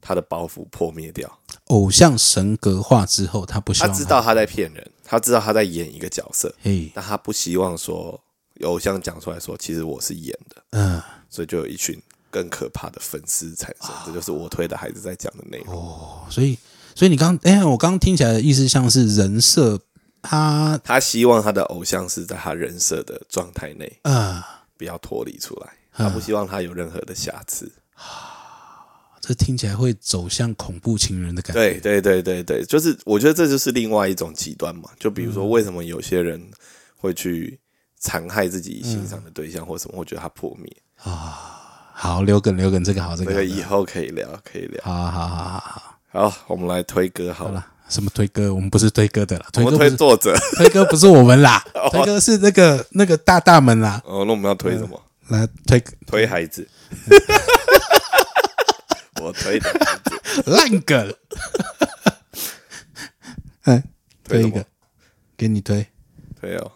Speaker 1: 他的包袱破灭掉，
Speaker 2: 偶像神格化之后，他不希
Speaker 1: 他
Speaker 2: 望
Speaker 1: 知，道他在骗人，他知道他在演一个角色，
Speaker 2: 嘿，
Speaker 1: 但他不希望说有偶像讲出来说，其实我是演的，
Speaker 2: 嗯、
Speaker 1: 所以就有一群。更可怕的粉丝产生，
Speaker 2: 啊
Speaker 1: 这就是我推的孩子在讲的内
Speaker 2: 哦
Speaker 1: 容。
Speaker 2: 所以，所以你刚，哎、我刚听起来的意思像是人设，他，
Speaker 1: 他希望他的偶像是在他人设的状态内，
Speaker 2: 呃，啊
Speaker 1: 不要脱离出来。他不希望他有任何的瑕疵。
Speaker 2: 这听起来会走向恐怖情人的感觉。
Speaker 1: 对对对对对，就是我觉得这就是另外一种极端嘛。就比如
Speaker 2: 嗯
Speaker 1: 说，为什么有些人会去残害自己欣赏的对象，或
Speaker 2: 嗯
Speaker 1: 什么，会觉得他破灭？
Speaker 2: 好，留梗留梗，这个好，这
Speaker 1: 这
Speaker 2: 个
Speaker 1: 个
Speaker 2: 好
Speaker 1: 以后可以聊，可以聊。
Speaker 2: 好好好好啊好
Speaker 1: 好，我们来推歌好
Speaker 2: 好
Speaker 1: 了。
Speaker 2: 了。什么推歌？我们不是推歌的啦，
Speaker 1: 我
Speaker 2: 推
Speaker 1: 们
Speaker 2: 歌不
Speaker 1: 推哦
Speaker 2: 是
Speaker 1: 作者，
Speaker 2: 推歌不是我 们啦，推歌是那个那个大大们啦，
Speaker 1: 哦，那我们要推什么？
Speaker 2: 来推
Speaker 1: 推孩 子。我推的孩子，
Speaker 2: 烂梗。 哎，推
Speaker 1: 推
Speaker 2: 一
Speaker 1: 什么
Speaker 2: 个，给你推。
Speaker 1: 推哦。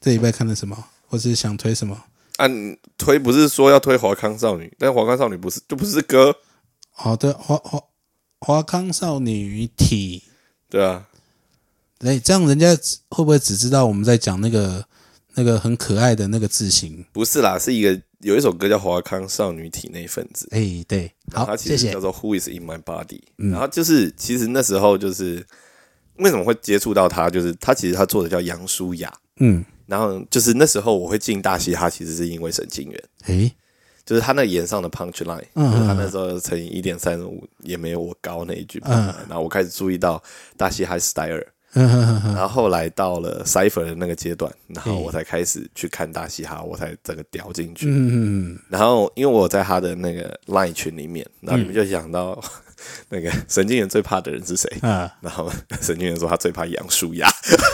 Speaker 2: 这礼拜看了什么，或是想推什么？
Speaker 1: 按啊推不是说要推华康少女，但华康少女不是就不是歌，
Speaker 2: 好的，华华华康少女体，
Speaker 1: 对啊，
Speaker 2: 哎，这样人家会不会只知道我们在讲那个那个很可爱的那个字形？
Speaker 1: 不是啦，是一个有一首歌叫《华康少女体内分子》，
Speaker 2: 哎，对，
Speaker 1: 然后
Speaker 2: 好，
Speaker 1: 它
Speaker 2: 谢嗯
Speaker 1: 其实叫
Speaker 2: 谢。
Speaker 1: 做《Who Is In My Body》，然后就是其实那时候就是为什么会接触到他，就是他其实他做的叫杨舒雅，
Speaker 2: 嗯，
Speaker 1: 然后就是那时候我会进大嘻哈，其实是因为神经元。
Speaker 2: 哎，
Speaker 1: 就是他那个演上的 punch line，、
Speaker 2: 嗯
Speaker 1: 就是他那时候乘以一点三五也没有我高那一句。
Speaker 2: 嗯
Speaker 1: 然后我开始注意到大西还 style，
Speaker 2: 嗯哼哼哼，
Speaker 1: 然后后来到了 cipher 的那个阶段，然后我才开始去看大嘻哈，我才整个掉进去。
Speaker 2: 嗯嗯
Speaker 1: 然后因为我在他的那个 line 群里面，然后你们就想 到、那个神经元最怕的人是谁？
Speaker 2: 嗯啊，
Speaker 1: 然后神经元说他最怕杨树亚，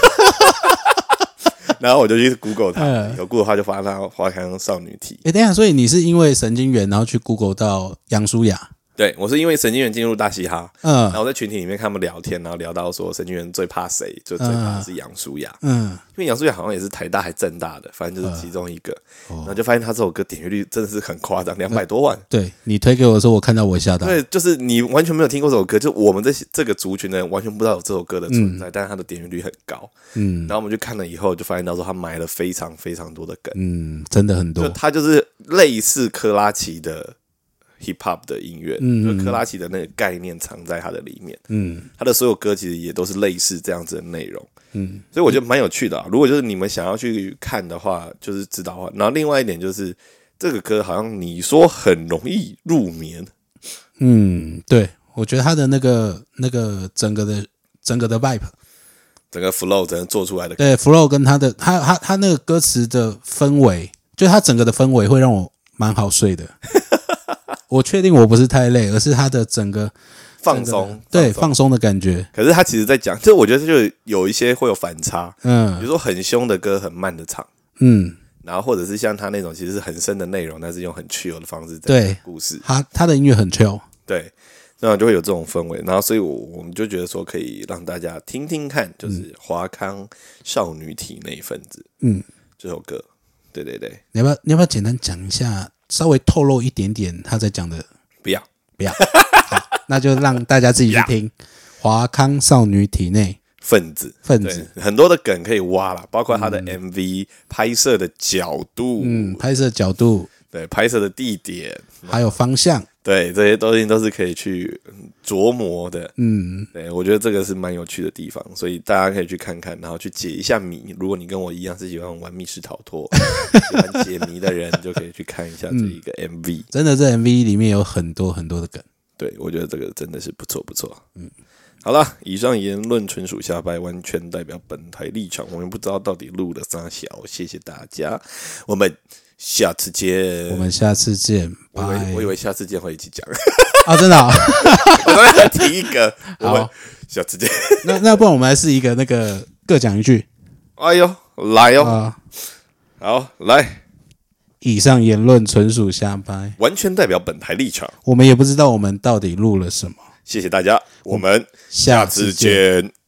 Speaker 1: 然后我就去 Google 他，
Speaker 2: 嗯
Speaker 1: 有 Google 他就发现他花香少女体，
Speaker 2: 哎，等一下，所以你是因为神经元，然后去 Google 到杨舒雅？
Speaker 1: 对我是因为神经元进入大嘻哈，
Speaker 2: 嗯
Speaker 1: 然后我在群体里面看他们聊天，然后聊到说神经元最怕谁，就最怕
Speaker 2: 啊
Speaker 1: 的是杨舒雅，
Speaker 2: 嗯，
Speaker 1: 因为杨舒雅好像也是台大还正大的，反正就是其中一个。
Speaker 2: 哦
Speaker 1: 然后就发现他这首歌点阅率真的是很夸张，两百多万。
Speaker 2: 对你推给我的时候，我看到我吓到。
Speaker 1: 对，就是你完全没有听过这首歌，就我们这些这个族群的人完全不知道有这首歌的存在，但是它的点阅率很高。
Speaker 2: 嗯
Speaker 1: 然后我们去看了以后，就发现到说他埋了非常非常多的梗，
Speaker 2: 嗯，真的很
Speaker 1: 就
Speaker 2: 多。
Speaker 1: 他就是类似科拉奇的 hip hop 的音乐，
Speaker 2: 嗯
Speaker 1: 就是科拉奇的那个概念藏在它的里面。
Speaker 2: 嗯
Speaker 1: 他的所有歌其实也都是类似这样子的内容，
Speaker 2: 嗯
Speaker 1: 所以我觉得蛮有趣的、啊。如果就是你们想要去看的话，就是知道的话。然后另外一点就是，这个歌好像你说很容易入眠，
Speaker 2: 嗯，对，我觉得他的那个那个整个的整个的 vibe，
Speaker 1: 整个 flow 整个做出来的，
Speaker 2: 对 flow 跟他的他他他那个歌词的氛围，就他整个的氛围会让我蛮好睡的。 我确定我不是太累，而是他的整个
Speaker 1: 放松，放
Speaker 2: 对
Speaker 1: 松。
Speaker 2: 放松的感觉。
Speaker 1: 可是他其实在讲，就我觉得就有一些会有反差，比
Speaker 2: 嗯
Speaker 1: 如说很凶的歌，很慢的唱。
Speaker 2: 嗯，
Speaker 1: 然后，或者是像他那种其实是很深的内容，但是用很 chill 的方式在
Speaker 2: 对
Speaker 1: 故事，
Speaker 2: 他他的音乐很 chill。
Speaker 1: 对，那就会有这种氛围。然后，所以我我们就觉得说，可以让大家听听看，就是华康少女体内分子
Speaker 2: 嗯，
Speaker 1: 这首歌。对对对，
Speaker 2: 你要不要你要不要简单讲一下，稍微透露一点点他在讲的
Speaker 1: 不要
Speaker 2: 不要，好，那就让大家自己去听。华康少女体内
Speaker 1: 分子。
Speaker 2: 分
Speaker 1: 对
Speaker 2: 子，，
Speaker 1: 很多的梗可以挖啦，包括他的 MV 拍摄的角度，
Speaker 2: 嗯，拍摄角度
Speaker 1: 对拍摄的地点，
Speaker 2: 还有方向，
Speaker 1: 对这些东西都是可以去嗯琢磨的。
Speaker 2: 嗯，
Speaker 1: 对，我觉得这个是蛮有趣的地方，所以大家可以去看看，然后去解一下谜。如果你跟我一样是喜欢玩密室逃脱、喜欢解谜的人，就可以去看一下这一个 MV。
Speaker 2: 真的这 MV 里面有很多很多的梗。
Speaker 1: 对我觉得这个真的是不错不错。嗯，好了，以上言论纯属瞎掰，完全代表本台立场。我们不知道到底录了啥小，谢谢大家，我们下次见。
Speaker 2: 我们下次见，拜
Speaker 1: 我以为我以为下次见会一起讲，
Speaker 2: 啊！真的啊，
Speaker 1: 我刚才想提一个，我们
Speaker 2: 好
Speaker 1: 下次见。
Speaker 2: 那那不然我们来试一个那个各讲一句
Speaker 1: 哎呦，来
Speaker 2: 啊、
Speaker 1: 哦，好来。
Speaker 2: 以上言论纯属瞎掰，
Speaker 1: 完全代表本台立场。
Speaker 2: 我们也不知道我们到底录了什么。
Speaker 1: 谢谢大家，我们
Speaker 2: 下
Speaker 1: 下次
Speaker 2: 见。
Speaker 1: 见。